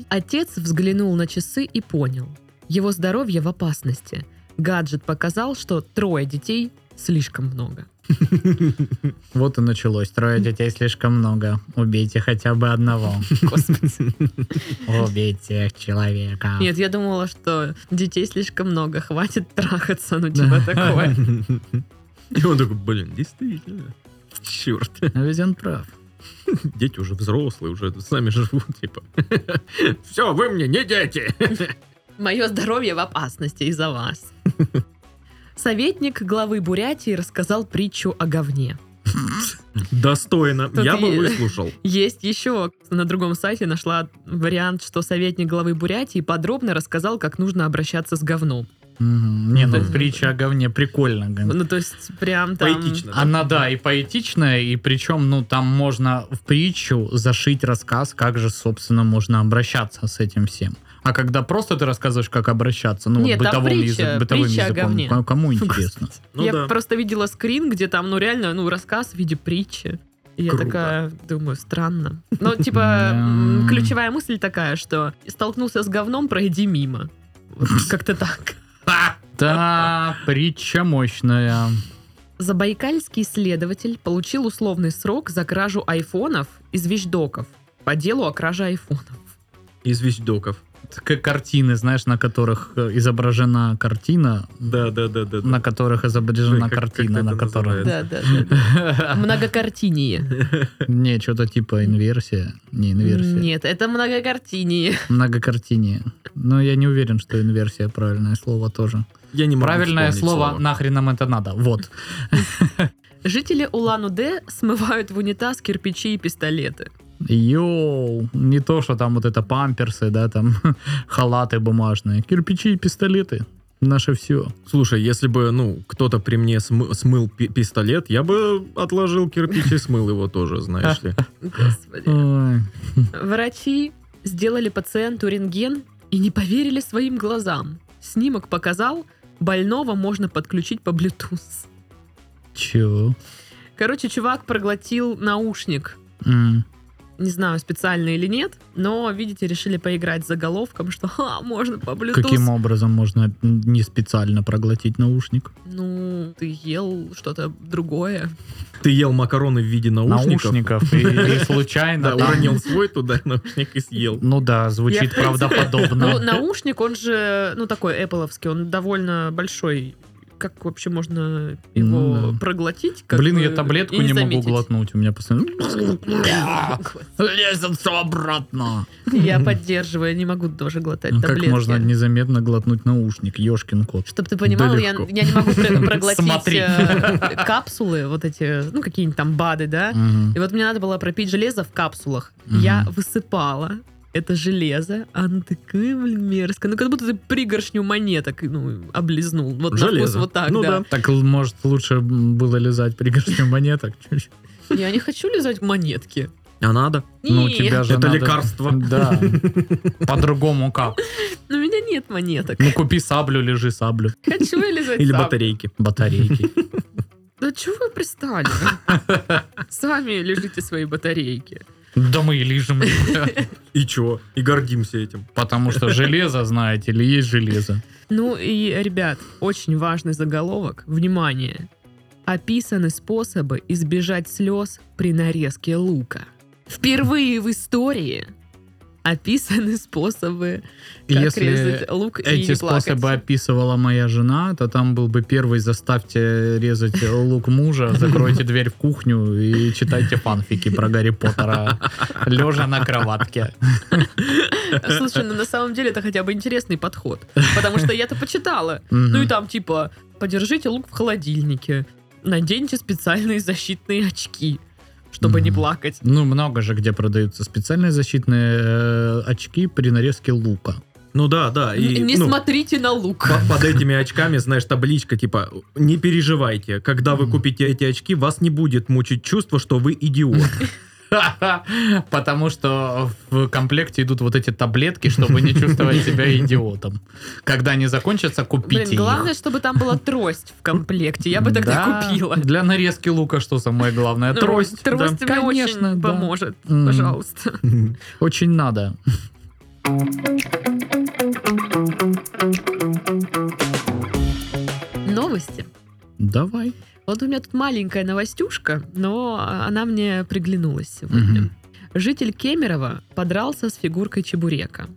[SPEAKER 1] Отец взглянул на часы и понял. Его здоровье в опасности. гаджет показал, что трое детей слишком много.
[SPEAKER 2] Вот и началось. Трое детей слишком много. Убейте хотя бы одного.
[SPEAKER 1] Господи.
[SPEAKER 2] Убейте человека.
[SPEAKER 1] Нет, я думала, что детей слишком много, хватит трахаться, ну типа такое.
[SPEAKER 3] И он такой, блин, действительно. Черт,
[SPEAKER 2] А ведь он прав.
[SPEAKER 3] дети уже взрослые, уже сами живут, типа. Все, вы мне не дети.
[SPEAKER 1] Мое здоровье в опасности из-за вас. Советник главы Бурятии рассказал притчу о говне.
[SPEAKER 3] Достойно.
[SPEAKER 1] Тут
[SPEAKER 3] Я бы
[SPEAKER 1] и-
[SPEAKER 3] выслушал.
[SPEAKER 1] Есть еще, на другом сайте нашла вариант, что советник главы Бурятии подробно рассказал, как нужно обращаться с говном.
[SPEAKER 2] Мгм. Не, ну
[SPEAKER 1] Да.
[SPEAKER 2] притча о говне прикольно. г-
[SPEAKER 1] Ну, то есть, прям там...
[SPEAKER 3] Поэтично.
[SPEAKER 2] Она, да, и поэтичная, и причем, ну, там можно в притчу зашить рассказ, как же, собственно, можно обращаться с этим всем. А когда просто ты рассказываешь, как обращаться, ну, вот
[SPEAKER 1] Нет, там
[SPEAKER 2] бытовым,
[SPEAKER 1] притча,
[SPEAKER 2] язы- бытовым
[SPEAKER 1] притча о
[SPEAKER 2] языком,
[SPEAKER 1] говне.
[SPEAKER 2] ко- кому
[SPEAKER 1] Ну,
[SPEAKER 2] интересно?
[SPEAKER 3] Ну
[SPEAKER 1] я
[SPEAKER 3] да.
[SPEAKER 1] просто видела скрин, где там, ну, реально, ну, рассказ в виде притчи. И я
[SPEAKER 3] Круто.
[SPEAKER 1] такая думаю, странно. Ну,
[SPEAKER 2] Да.
[SPEAKER 1] типа, м, ключевая мысль такая, что столкнулся с говном, пройди мимо. Вот Как-то так.
[SPEAKER 2] Да, притча мощная.
[SPEAKER 1] Забайкальский следователь получил условный срок за кражу айфонов из вещдоков по делу о краже айфонов.
[SPEAKER 3] Из вещдоков.
[SPEAKER 2] Это Как картины, знаешь, на которых э, изображена картина,
[SPEAKER 3] Да, да, да, да. да.
[SPEAKER 2] на которых изображена
[SPEAKER 3] Как- как
[SPEAKER 2] картина,
[SPEAKER 3] это
[SPEAKER 2] на которой...
[SPEAKER 1] Да, да, да. Многокартиние.
[SPEAKER 2] Не, что-то типа инверсия. Не инверсия.
[SPEAKER 1] Нет, это многокартиние.
[SPEAKER 2] Многокартине. Но я не уверен, что инверсия правильное слово тоже.
[SPEAKER 3] Я не могу
[SPEAKER 2] правильное
[SPEAKER 3] вспомнить
[SPEAKER 2] слово, нахрен нам это надо. Вот.
[SPEAKER 1] Жители Улан-Удэ смывают в унитаз кирпичи и пистолеты.
[SPEAKER 2] Йоу, не то, что там вот это памперсы, да, там халаты бумажные, кирпичи и пистолеты. Наше все.
[SPEAKER 3] Слушай, если бы, ну, кто-то при мне смы- смыл пи- пистолет, я бы отложил кирпич и смыл его тоже, знаешь ли.
[SPEAKER 1] Господи.
[SPEAKER 2] Ой.
[SPEAKER 1] Врачи сделали пациенту рентген и не поверили своим глазам. Снимок показал, больного можно подключить по Bluetooth.
[SPEAKER 2] Чё?
[SPEAKER 1] Короче, чувак проглотил наушник.
[SPEAKER 2] М.
[SPEAKER 1] Не знаю, специально или нет, но, видите, решили поиграть с заголовком, что «Ха, можно по Bluetooth.
[SPEAKER 2] Каким образом можно не специально проглотить наушник?
[SPEAKER 1] Ну, ты ел что-то другое.
[SPEAKER 3] Ты ел макароны в виде наушников.
[SPEAKER 2] Наушников и, и случайно.
[SPEAKER 3] Да,
[SPEAKER 2] там-
[SPEAKER 3] уронил свой туда, наушник и съел.
[SPEAKER 2] Ну да,
[SPEAKER 1] Я,
[SPEAKER 2] звучит
[SPEAKER 1] в принципе, Ну,
[SPEAKER 2] правдоподобно.
[SPEAKER 1] наушник, он же, ну, такой Appleовский, он довольно большой. Как вообще можно его
[SPEAKER 2] Ну да.
[SPEAKER 1] проглотить? как
[SPEAKER 2] Блин,
[SPEAKER 1] бы,
[SPEAKER 2] я таблетку
[SPEAKER 1] и
[SPEAKER 2] не могу
[SPEAKER 1] заметить?
[SPEAKER 2] глотнуть, у меня постоянно...
[SPEAKER 1] Господи.
[SPEAKER 2] Лезет все обратно.
[SPEAKER 1] Я поддерживаю, не могу тоже глотать
[SPEAKER 2] Ну, Как
[SPEAKER 1] таблетки.
[SPEAKER 2] можно незаметно глотнуть наушник, ешкин кот.
[SPEAKER 1] Чтобы ты понимал,
[SPEAKER 2] Да
[SPEAKER 1] я,
[SPEAKER 2] легко.
[SPEAKER 1] я не могу про- проглотить
[SPEAKER 2] Смотри.
[SPEAKER 1] э, капсулы, вот эти, ну, какие-нибудь там БАДы, да?
[SPEAKER 2] Мгм.
[SPEAKER 1] И вот мне надо было пропить железо в капсулах.
[SPEAKER 2] Мгм.
[SPEAKER 1] Я высыпала это железо, а оно такое, блин, мерзкое. Ну, как будто ты пригоршню монеток ну, облизнул. Вот на вкус
[SPEAKER 3] Железо.
[SPEAKER 1] вот так,
[SPEAKER 3] Ну
[SPEAKER 1] да.
[SPEAKER 2] Так, л- может, лучше м, было лизать пригоршню монеток? чуть-чуть?
[SPEAKER 1] Я не хочу лизать монетки.
[SPEAKER 3] А надо?
[SPEAKER 2] Ну, у
[SPEAKER 1] Нет,
[SPEAKER 2] тебя же
[SPEAKER 3] Это
[SPEAKER 2] надо-
[SPEAKER 3] лекарство.
[SPEAKER 2] Да. По-другому как?
[SPEAKER 1] у меня нет монеток.
[SPEAKER 2] Ну, купи саблю, лежи саблю.
[SPEAKER 1] Хочу я лизать
[SPEAKER 3] Или
[SPEAKER 1] сам.
[SPEAKER 3] батарейки.
[SPEAKER 2] Батарейки.
[SPEAKER 1] Да чего вы пристали? Сами лежите свои батарейки.
[SPEAKER 2] Да мы и лежим.
[SPEAKER 3] И чё? И гордимся этим.
[SPEAKER 2] Потому что железо, знаете ли, есть железо.
[SPEAKER 1] Ну и, ребят, очень важный заголовок. Внимание! Описаны способы избежать слез при нарезке лука. Впервые в истории описаны способы,
[SPEAKER 2] И
[SPEAKER 1] как
[SPEAKER 2] Если
[SPEAKER 1] резать лук и
[SPEAKER 2] эти
[SPEAKER 1] не плакать.
[SPEAKER 2] способы описывала моя жена, то там был бы первый «Заставьте резать лук мужа, закройте дверь в кухню и читайте фанфики про Гарри Поттера, лежа на кроватке».
[SPEAKER 1] Слушай, ну на самом деле это хотя бы интересный подход. Потому что я-то почитала. Ну и там типа, подержите лук в холодильнике, наденьте специальные защитные очки, чтобы не
[SPEAKER 2] Мгм.
[SPEAKER 1] плакать.
[SPEAKER 2] Ну, много же где продаются специальные защитные э, очки при нарезке лука.
[SPEAKER 3] Ну да, да. И,
[SPEAKER 1] Н- Не
[SPEAKER 3] ну,
[SPEAKER 1] смотрите на лук.
[SPEAKER 3] по- Под этими очками, знаешь, табличка типа «Не переживайте, когда вы
[SPEAKER 2] Мгм.
[SPEAKER 3] купите эти очки, вас не будет мучить чувство, что вы идиот».
[SPEAKER 2] Потому что в комплекте идут вот эти таблетки, чтобы не чувствовать себя идиотом. Когда они закончатся, купите
[SPEAKER 1] Блин,
[SPEAKER 2] их.
[SPEAKER 1] главное, чтобы там была трость в комплекте. Я бы тогда
[SPEAKER 2] Да,
[SPEAKER 1] купила.
[SPEAKER 2] Для нарезки лука что самое главное?
[SPEAKER 1] Ну,
[SPEAKER 2] Трость.
[SPEAKER 1] Трость
[SPEAKER 2] да.
[SPEAKER 1] мне
[SPEAKER 2] Конечно,
[SPEAKER 1] очень
[SPEAKER 2] да.
[SPEAKER 1] поможет.
[SPEAKER 2] М.
[SPEAKER 1] Пожалуйста.
[SPEAKER 2] Очень надо. Давай.
[SPEAKER 1] Вот у меня тут маленькая новостюшка, но она мне приглянулась сегодня.
[SPEAKER 2] Мгм.
[SPEAKER 1] Житель Кемерово подрался с фигуркой чебурека.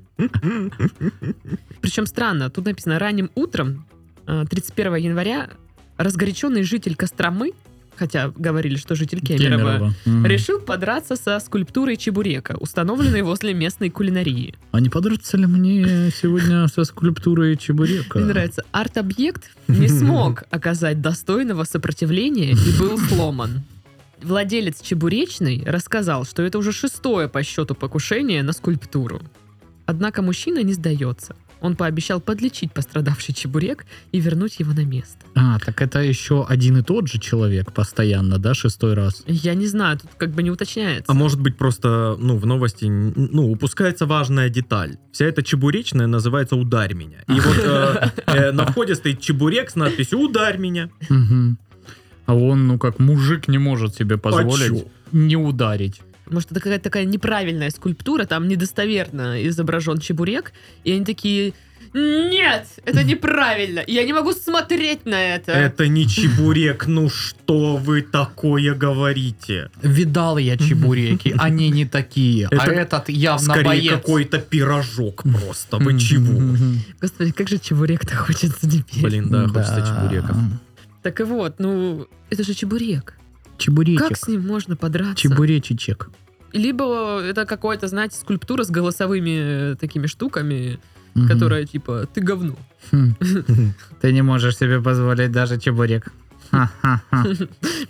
[SPEAKER 1] Причем странно, тут написано ранним утром э, 31 января разгоряченный житель Костромы, хотя говорили, что житель Кемерово,
[SPEAKER 2] Мгм.
[SPEAKER 1] решил подраться со скульптурой чебурека, установленной возле местной кулинарии.
[SPEAKER 2] А не подраться ли мне сегодня со скульптурой чебурека?
[SPEAKER 1] Мне нравится. Арт-объект не смог оказать достойного сопротивления и был сломан. Владелец чебуречной рассказал, что это уже шестое по счету покушение на скульптуру. Однако мужчина не сдается. Он пообещал подлечить пострадавший чебурек и вернуть его на место.
[SPEAKER 2] А, так это еще один и тот же человек постоянно, да, шестой раз?
[SPEAKER 1] Я не знаю, тут как бы не уточняется.
[SPEAKER 3] А может быть просто, ну, в новости, н- ну, упускается важная деталь. Вся эта чебуречная называется «Ударь меня». И вот э, э, на входе стоит чебурек с надписью «Ударь меня».
[SPEAKER 2] Мгм. А он, ну как мужик, не может себе
[SPEAKER 1] А
[SPEAKER 2] позволить
[SPEAKER 3] чё?
[SPEAKER 2] не ударить.
[SPEAKER 1] Может, это какая-то такая неправильная скульптура, там недостоверно изображен чебурек, и они такие... Нет, это неправильно. Я не могу смотреть на это.
[SPEAKER 3] Это не чебурек, ну что вы такое говорите?
[SPEAKER 2] Видал я чебуреки, они не такие. А
[SPEAKER 3] Это
[SPEAKER 2] этот явно
[SPEAKER 3] Скорее
[SPEAKER 2] боец.
[SPEAKER 3] какой-то пирожок просто, вы
[SPEAKER 2] Мгм.
[SPEAKER 3] чего?
[SPEAKER 1] Господи, как же чебурек-то хочется теперь.
[SPEAKER 3] Блин, да, хочется чебуреков.
[SPEAKER 1] Так и вот, ну, это же чебурек. Как с
[SPEAKER 2] Чебуречек.
[SPEAKER 1] ним можно подраться?
[SPEAKER 2] Чебуречичек.
[SPEAKER 1] Либо это какая-то, знаете, скульптура с голосовыми э, такими штуками,
[SPEAKER 2] Мгм.
[SPEAKER 1] которая типа «ты говно».
[SPEAKER 2] Хм. Ты не можешь себе позволить даже чебурек. Ха-ха-ха.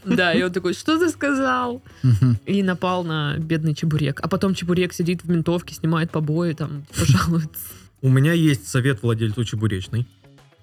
[SPEAKER 1] Да, и он такой «что ты сказал?»
[SPEAKER 2] Мгм.
[SPEAKER 1] И напал на бедный чебурек. А потом чебурек сидит в ментовке, снимает побои, там, пожалуется.
[SPEAKER 3] У меня есть совет владельцу чебуречной.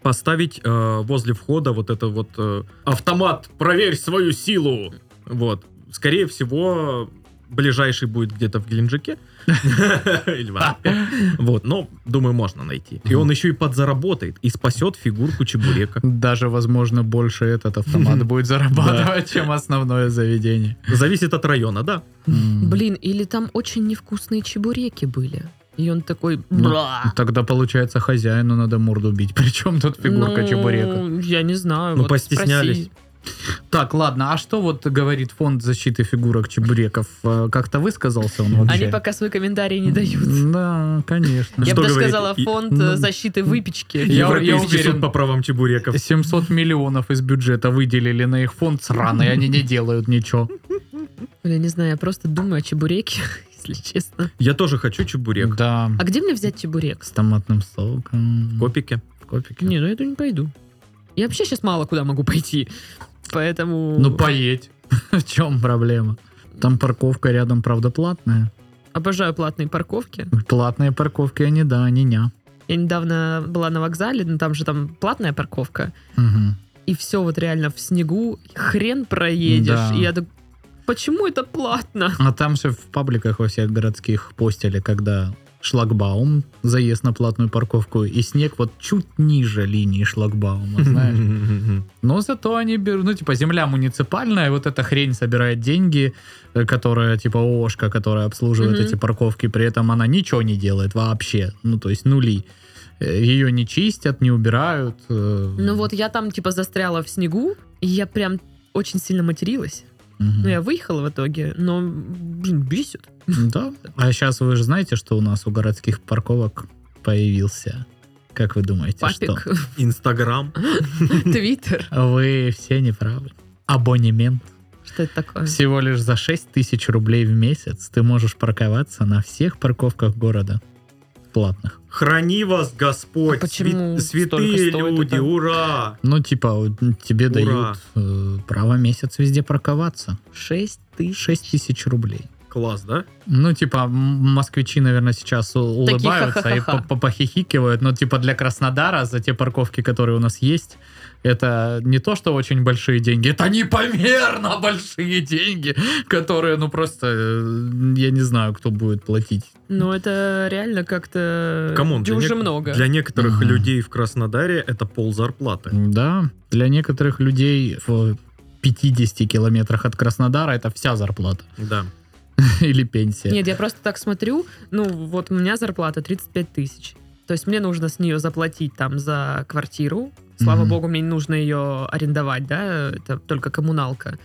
[SPEAKER 3] Поставить э, возле входа вот это вот э, автомат «Проверь свою силу!» Вот. Скорее всего, ближайший будет где-то в Геленджике. Или в Анапе. Вот, но, думаю, можно найти. И он еще и подзаработает, и спасет фигурку чебурека.
[SPEAKER 2] Даже, возможно, больше этот автомат будет зарабатывать, чем основное заведение.
[SPEAKER 3] Зависит от района, да.
[SPEAKER 2] М.
[SPEAKER 1] Блин, или там очень невкусные чебуреки были. И он такой
[SPEAKER 2] Ну,
[SPEAKER 1] «бра».
[SPEAKER 2] Тогда, получается, хозяину надо морду бить. Причем тут фигурка
[SPEAKER 1] Ну,
[SPEAKER 2] чебурека.
[SPEAKER 1] Я не знаю.
[SPEAKER 3] Ну,
[SPEAKER 1] вот
[SPEAKER 3] постеснялись.
[SPEAKER 1] спроси.
[SPEAKER 2] Так, ладно, а что вот говорит фонд защиты фигурок чебуреков? Э, Как-то высказался он вообще?
[SPEAKER 1] Они пока свой комментарий не дают.
[SPEAKER 2] Да, конечно.
[SPEAKER 1] Я
[SPEAKER 3] Что
[SPEAKER 1] бы даже
[SPEAKER 3] говорит?
[SPEAKER 1] сказала
[SPEAKER 3] И-
[SPEAKER 1] фонд
[SPEAKER 2] ну,
[SPEAKER 1] э, защиты выпечки.
[SPEAKER 2] я-
[SPEAKER 3] Европейский
[SPEAKER 2] уверен.
[SPEAKER 3] суд по правам чебуреков.
[SPEAKER 2] 700 миллионов из бюджета выделили на их фонд сраный, они не делают ничего.
[SPEAKER 1] Я не знаю, я просто думаю о чебуреке, если честно.
[SPEAKER 3] Я тоже хочу чебурек.
[SPEAKER 2] Да,
[SPEAKER 1] А где мне взять чебурек?
[SPEAKER 2] с томатным соком.
[SPEAKER 3] Копики.
[SPEAKER 2] в копике.
[SPEAKER 1] Не, ну я это не пойду. Я вообще сейчас мало куда могу пойти. Поэтому...
[SPEAKER 2] Ну, поедь. В чем проблема? Там парковка рядом, правда, платная.
[SPEAKER 1] Обожаю платные парковки.
[SPEAKER 2] Платные парковки, они, да, они ня.
[SPEAKER 1] Я недавно была на вокзале, ну там же там платная парковка.
[SPEAKER 2] Мгм.
[SPEAKER 1] И все вот реально в снегу, хрен проедешь.
[SPEAKER 2] Да.
[SPEAKER 1] И я так, почему это платно?
[SPEAKER 2] А там же в пабликах во всех городских постили, когда шлагбаум, заезд на платную парковку, и снег вот чуть ниже линии шлагбаума, знаешь. Но зато они берут, ну, типа, земля муниципальная, и вот эта хрень собирает деньги, э, которая, типа, ООшка, которая обслуживает
[SPEAKER 1] Мгм.
[SPEAKER 2] эти парковки, при этом она ничего не делает вообще, ну, то есть нули. Э, Ее не чистят, не убирают. э,
[SPEAKER 1] Ну вот я там типа застряла в снегу, и я прям очень сильно материлась. Ну, я выехала в итоге, но, блин, бесит.
[SPEAKER 2] Да. А сейчас вы же знаете, что у нас у городских парковок появился, как вы думаете,
[SPEAKER 1] Папик,
[SPEAKER 2] что?
[SPEAKER 3] Инстаграм.
[SPEAKER 1] Твиттер.
[SPEAKER 2] Вы все неправы. Абонемент.
[SPEAKER 1] Что это такое?
[SPEAKER 2] Всего лишь за 6 тысяч рублей в месяц ты можешь парковаться на всех парковках города. Платных.
[SPEAKER 3] Храни вас Господь,
[SPEAKER 1] А почему
[SPEAKER 3] свят- святые
[SPEAKER 1] столько стоит
[SPEAKER 3] люди,
[SPEAKER 1] это?
[SPEAKER 3] ура!
[SPEAKER 2] Ну, типа, вот, м, тебе
[SPEAKER 3] Ура.
[SPEAKER 2] дают э, право месяц везде парковаться.
[SPEAKER 1] Шесть тысяч.
[SPEAKER 2] 6 тысяч рублей.
[SPEAKER 3] Класс, да?
[SPEAKER 2] Ну, типа, м, москвичи, наверное, сейчас у- улыбаются и
[SPEAKER 1] ха-ха-ха-ха.
[SPEAKER 2] по- по- похихикивают. Но, типа, для Краснодара, за те парковки, которые у нас есть, это не то, что очень большие деньги, это непомерно большие деньги, которые, ну, просто, э, я не знаю, кто будет платить.
[SPEAKER 1] Ну, это реально как-то
[SPEAKER 3] Камон, для,
[SPEAKER 1] Э, уже
[SPEAKER 3] нек-
[SPEAKER 1] много.
[SPEAKER 3] для некоторых
[SPEAKER 2] Ага.
[SPEAKER 3] людей в Краснодаре это пол зарплаты.
[SPEAKER 2] Да, для некоторых людей в 50 километрах от Краснодара это вся зарплата
[SPEAKER 3] Да.
[SPEAKER 2] или пенсия.
[SPEAKER 1] Нет, я просто так смотрю, ну, вот у меня зарплата 35 тысяч. То есть мне нужно с нее заплатить там за квартиру, Слава
[SPEAKER 2] Мгм.
[SPEAKER 1] богу, мне не нужно ее арендовать, да, это только коммуналка.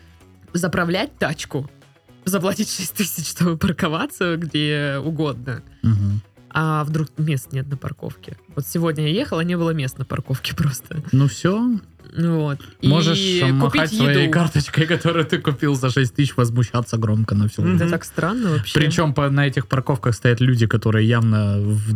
[SPEAKER 1] Заправлять тачку, заплатить 6 тысяч, чтобы парковаться где угодно.
[SPEAKER 2] Мгм.
[SPEAKER 1] А вдруг мест нет на парковке? Вот сегодня я ехала, не было мест на парковке просто. Ну
[SPEAKER 2] Ну все,
[SPEAKER 1] Вот. И
[SPEAKER 2] можешь махать
[SPEAKER 1] купить
[SPEAKER 2] своей
[SPEAKER 1] еду.
[SPEAKER 2] карточкой, которую ты купил за 6 тысяч, возмущаться громко на всю
[SPEAKER 1] Это
[SPEAKER 3] Мгм.
[SPEAKER 1] так странно вообще.
[SPEAKER 2] Причем по, на этих парковках стоят люди, которые явно в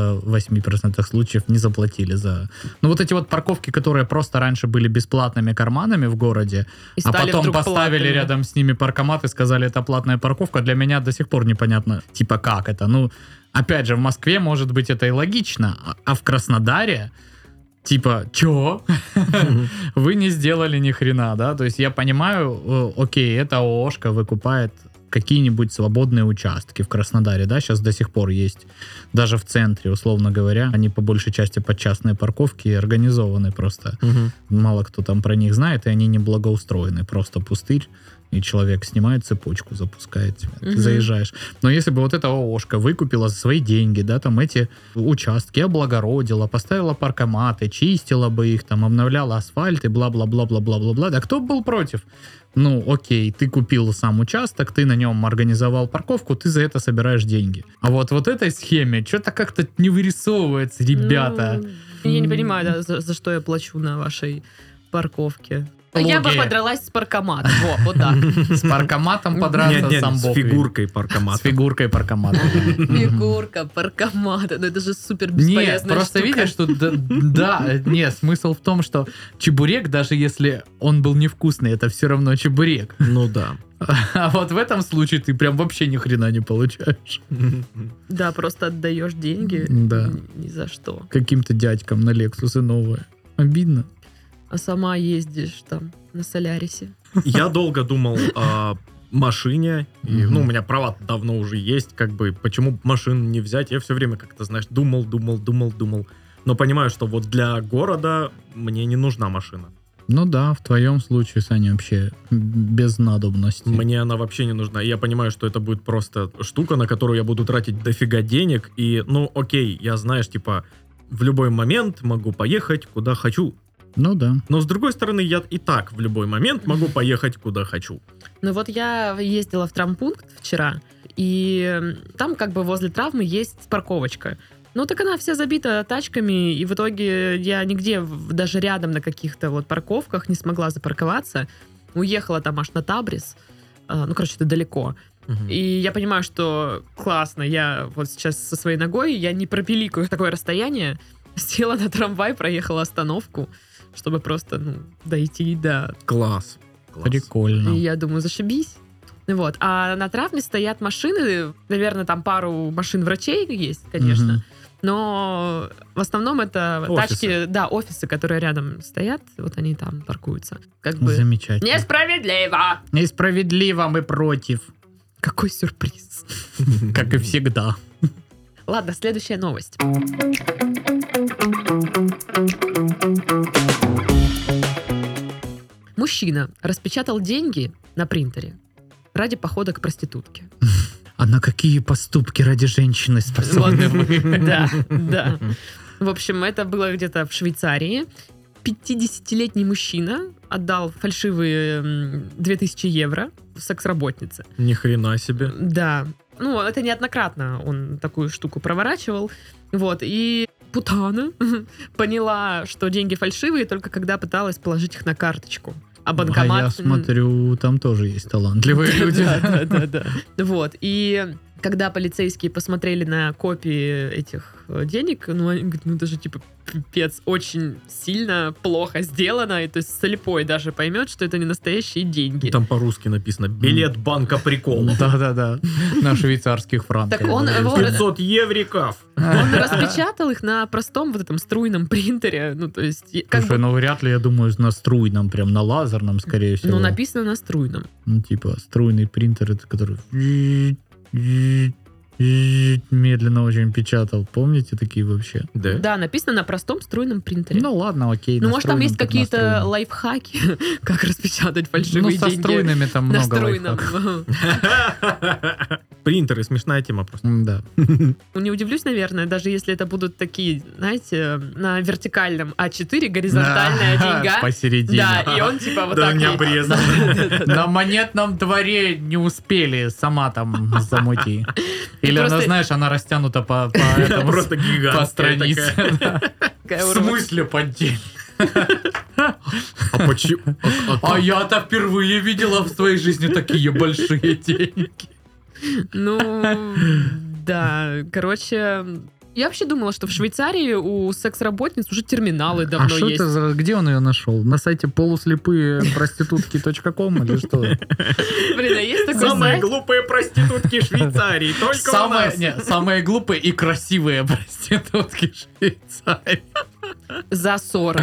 [SPEAKER 2] 98% случаев не заплатили за... Ну вот эти вот парковки, которые просто раньше были бесплатными карманами в городе,
[SPEAKER 1] И
[SPEAKER 2] а
[SPEAKER 1] стали
[SPEAKER 2] потом
[SPEAKER 1] вдруг
[SPEAKER 2] поставили
[SPEAKER 1] платными.
[SPEAKER 2] рядом с ними паркомат и сказали, это платная парковка, для меня до сих пор непонятно, типа как это. Ну, опять же, в Москве, может быть, это и логично, а- а в Краснодаре, типа, чё? вы не сделали ни хрена, да? То есть я понимаю, э, окей, эта ООшка выкупает какие-нибудь свободные участки в Краснодаре, да, сейчас до сих пор есть, даже в центре, условно говоря, они по большей части под частные парковки и организованы просто.
[SPEAKER 3] Мгм.
[SPEAKER 2] Мало кто там про них знает, и они не благоустроены, просто пустырь, и человек снимает цепочку, запускает тебя, ты
[SPEAKER 1] Мгм.
[SPEAKER 2] заезжаешь. Но если бы вот эта ООшка выкупила за свои деньги, да, там эти участки облагородила, поставила паркоматы, чистила бы их, там, обновляла асфальт и бла-бла-бла-бла-бла-бла-бла. Да кто бы был против? Ну, окей, ты купил сам участок, ты на нем организовал парковку, ты за это собираешь деньги. А вот вот этой схеме что-то как-то не вырисовывается, ребята.
[SPEAKER 1] Ну, я не понимаю, да, за, за что я плачу на вашей парковке. Я бы
[SPEAKER 2] Логия.
[SPEAKER 1] подралась с паркоматом. Во, вот так.
[SPEAKER 2] С паркоматом подраться
[SPEAKER 3] Нет, нет,
[SPEAKER 2] сам
[SPEAKER 3] с
[SPEAKER 2] бог
[SPEAKER 3] фигуркой
[SPEAKER 2] видит. С
[SPEAKER 3] паркомата.
[SPEAKER 2] фигуркой паркомата.
[SPEAKER 1] Фигурка паркомата. Ну это же супер
[SPEAKER 2] Нет,
[SPEAKER 1] бесполезная
[SPEAKER 2] просто
[SPEAKER 1] штука.
[SPEAKER 2] видишь, что да, да, нет, смысл в том, что чебурек, даже если он был невкусный, это все равно чебурек.
[SPEAKER 3] Ну да.
[SPEAKER 2] А вот в этом случае ты прям вообще ни хрена не получаешь.
[SPEAKER 1] Да, просто отдаешь деньги.
[SPEAKER 2] Да.
[SPEAKER 1] Ни за что.
[SPEAKER 2] Каким-то дядькам на Лексусы новые. Обидно.
[SPEAKER 1] А сама ездишь там на Солярисе.
[SPEAKER 3] Я долго думал о машине. И,
[SPEAKER 2] Мгм.
[SPEAKER 3] ну, у меня права давно уже есть, как бы, почему машину не взять? Я все время как-то, знаешь, думал, думал, думал, думал. Но понимаю, что вот для города мне не нужна машина.
[SPEAKER 2] Ну да, в твоем случае, Саня, вообще без надобности.
[SPEAKER 3] Мне она вообще не нужна. И я понимаю, что это будет просто штука, на которую я буду тратить дофига денег. И, ну, окей, я, знаешь, типа, в любой момент могу поехать куда хочу.
[SPEAKER 2] Ну да.
[SPEAKER 3] Но, с другой стороны, я и так в любой момент могу поехать куда хочу.
[SPEAKER 1] Ну вот я ездила в травмпункт вчера, и там как бы возле травмы есть парковочка. Ну так она вся забита тачками, и в итоге я нигде, в- даже рядом на каких-то вот парковках не смогла запарковаться. Уехала там аж на Табрис. А, Ну, короче, это далеко. И я понимаю, что классно, я вот сейчас со своей ногой, я не пропиликаю такое расстояние, села на трамвай, проехала остановку, чтобы просто ну, дойти до
[SPEAKER 3] Класс. Класс.
[SPEAKER 1] и
[SPEAKER 2] Прикольно.
[SPEAKER 1] я думаю, зашибись. Ну Вот. А на травме стоят машины. Наверное, там пару машин врачей есть, конечно.
[SPEAKER 2] Мгм.
[SPEAKER 1] Но в основном это
[SPEAKER 3] Офисы.
[SPEAKER 1] тачки, да, офисы, которые рядом стоят. Вот они там паркуются. Как бы
[SPEAKER 2] Замечательно.
[SPEAKER 1] несправедливо!
[SPEAKER 2] Несправедливо мы против.
[SPEAKER 1] Какой сюрприз.
[SPEAKER 2] Как и всегда.
[SPEAKER 1] Ладно, следующая новость. Мужчина распечатал деньги на принтере ради похода к проститутке.
[SPEAKER 2] А на какие поступки ради женщины способны
[SPEAKER 1] Вот.
[SPEAKER 2] вы?
[SPEAKER 1] Да, да. В общем, это было где-то в Швейцарии. 50-летний мужчина отдал фальшивые м, 2000 евро секс-работнице.
[SPEAKER 3] Ни хрена себе.
[SPEAKER 1] Да. Ну, это неоднократно он такую штуку проворачивал. Вот, и Путана поняла, что деньги фальшивые, только когда пыталась положить их на карточку. А банкомат...
[SPEAKER 2] А я
[SPEAKER 1] м,
[SPEAKER 2] смотрю, там тоже есть талантливые люди.
[SPEAKER 1] да, да, да, да. Вот. И когда полицейские посмотрели на копии этих э, денег, ну, они говорят, ну, это же, типа, пипец, очень сильно плохо сделано, и то есть слепой даже поймет, что это не настоящие деньги.
[SPEAKER 3] Там по-русски написано «Билет банка приколов».
[SPEAKER 2] Ну, Да-да-да, на швейцарских франках.
[SPEAKER 1] Так он его-
[SPEAKER 3] 500 евриков.
[SPEAKER 1] Он распечатал их на простом вот этом струйном принтере, ну, то есть, и как
[SPEAKER 2] Слушай,
[SPEAKER 1] бы,
[SPEAKER 2] ну вряд ли, я думаю, на струйном, прям на лазерном, скорее всего.
[SPEAKER 1] ну, написано на струйном.
[SPEAKER 2] Ну, типа, струйный принтер, это который... и медленно очень печатал. Помните такие вообще?
[SPEAKER 3] Да.
[SPEAKER 1] Да, написано на простом струйном принтере.
[SPEAKER 2] Ну ладно, окей.
[SPEAKER 1] Ну, может, там
[SPEAKER 2] настроенным
[SPEAKER 1] есть
[SPEAKER 2] под
[SPEAKER 1] какие-то
[SPEAKER 2] настроенным.
[SPEAKER 1] лайфхаки, как распечатать
[SPEAKER 2] Ну,
[SPEAKER 1] фальшивые
[SPEAKER 2] со
[SPEAKER 1] деньги.
[SPEAKER 2] струйными там
[SPEAKER 1] На
[SPEAKER 2] много
[SPEAKER 1] струйном.
[SPEAKER 2] лайфхаков.
[SPEAKER 3] Принтеры, смешная тема просто.
[SPEAKER 2] Да.
[SPEAKER 1] Ну, Не удивлюсь, наверное, даже если это будут такие, знаете, на вертикальном А4 горизонтальная деньга.
[SPEAKER 2] Посередине.
[SPEAKER 1] Да, и он типа вот
[SPEAKER 3] Да,
[SPEAKER 1] так
[SPEAKER 3] не
[SPEAKER 1] вот.
[SPEAKER 3] обрезанный.
[SPEAKER 2] На монетном дворе не успели, сама там замути. Или
[SPEAKER 1] Просто-
[SPEAKER 2] она, знаешь, она растянута по, по этому,
[SPEAKER 3] Просто
[SPEAKER 2] по
[SPEAKER 3] гигантская
[SPEAKER 2] странице.
[SPEAKER 3] такая.
[SPEAKER 2] да.
[SPEAKER 1] Такая
[SPEAKER 2] В
[SPEAKER 1] уродина.
[SPEAKER 2] смысле поддельно?
[SPEAKER 3] А почему? а- а-
[SPEAKER 2] А я-то впервые видела в своей жизни такие большие деньги.
[SPEAKER 1] Ну, да, короче... Я вообще думала, что в Швейцарии у секс-работниц уже терминалы
[SPEAKER 2] А
[SPEAKER 1] давно
[SPEAKER 2] что
[SPEAKER 1] есть.
[SPEAKER 2] это за... Где он ее нашел? На сайте полуслепые проститутки.ком или что?
[SPEAKER 1] Блин, а есть такой
[SPEAKER 3] Самые
[SPEAKER 1] сайт?
[SPEAKER 3] глупые проститутки Швейцарии, только у
[SPEAKER 2] Самые,
[SPEAKER 3] нас.
[SPEAKER 2] не, самые глупые и красивые проститутки Швейцарии.
[SPEAKER 1] За 40.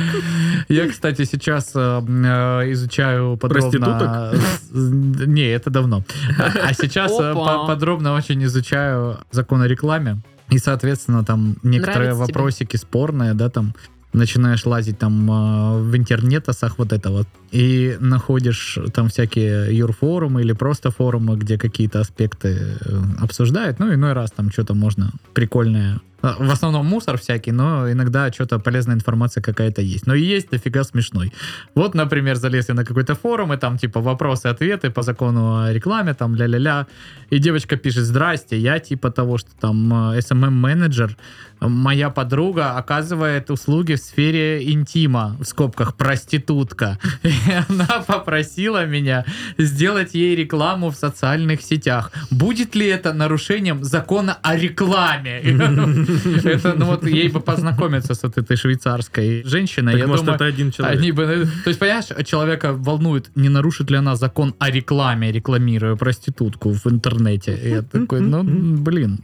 [SPEAKER 2] Я, кстати, сейчас э, э, изучаю подробно... Проституток? Не, это давно. А сейчас э,
[SPEAKER 1] Опа.
[SPEAKER 2] по- подробно очень изучаю закон о рекламе. И, соответственно, там некоторые
[SPEAKER 1] Нравится тебе?
[SPEAKER 2] вопросики спорные, да, там начинаешь лазить там э, в интернетосах вот это вот, и находишь там всякие юрфорумы или просто форумы, где какие-то аспекты э, обсуждают, ну, иной раз там что-то можно прикольное. А, В основном мусор всякий, но иногда что-то полезная информация какая-то есть. Но и есть дофига смешной. Вот, например, залез я на какой-то форум, и там типа вопросы-ответы по закону о рекламе, там ля-ля-ля. И девочка пишет, здрасте, я типа того, что там SMM-менеджер, моя подруга оказывает услуги в сфере интима, в скобках проститутка. И она попросила меня сделать ей рекламу в социальных сетях. Будет ли это нарушением закона о рекламе? Это, ну вот, ей бы познакомиться с вот этой швейцарской женщиной.
[SPEAKER 3] Так,
[SPEAKER 2] Я
[SPEAKER 3] может,
[SPEAKER 2] думаю,
[SPEAKER 3] это один человек.
[SPEAKER 2] они бы- э, то есть, понимаешь, человека волнует, не нарушит ли она закон о рекламе, рекламируя проститутку в интернете. И я такой, ну, блин.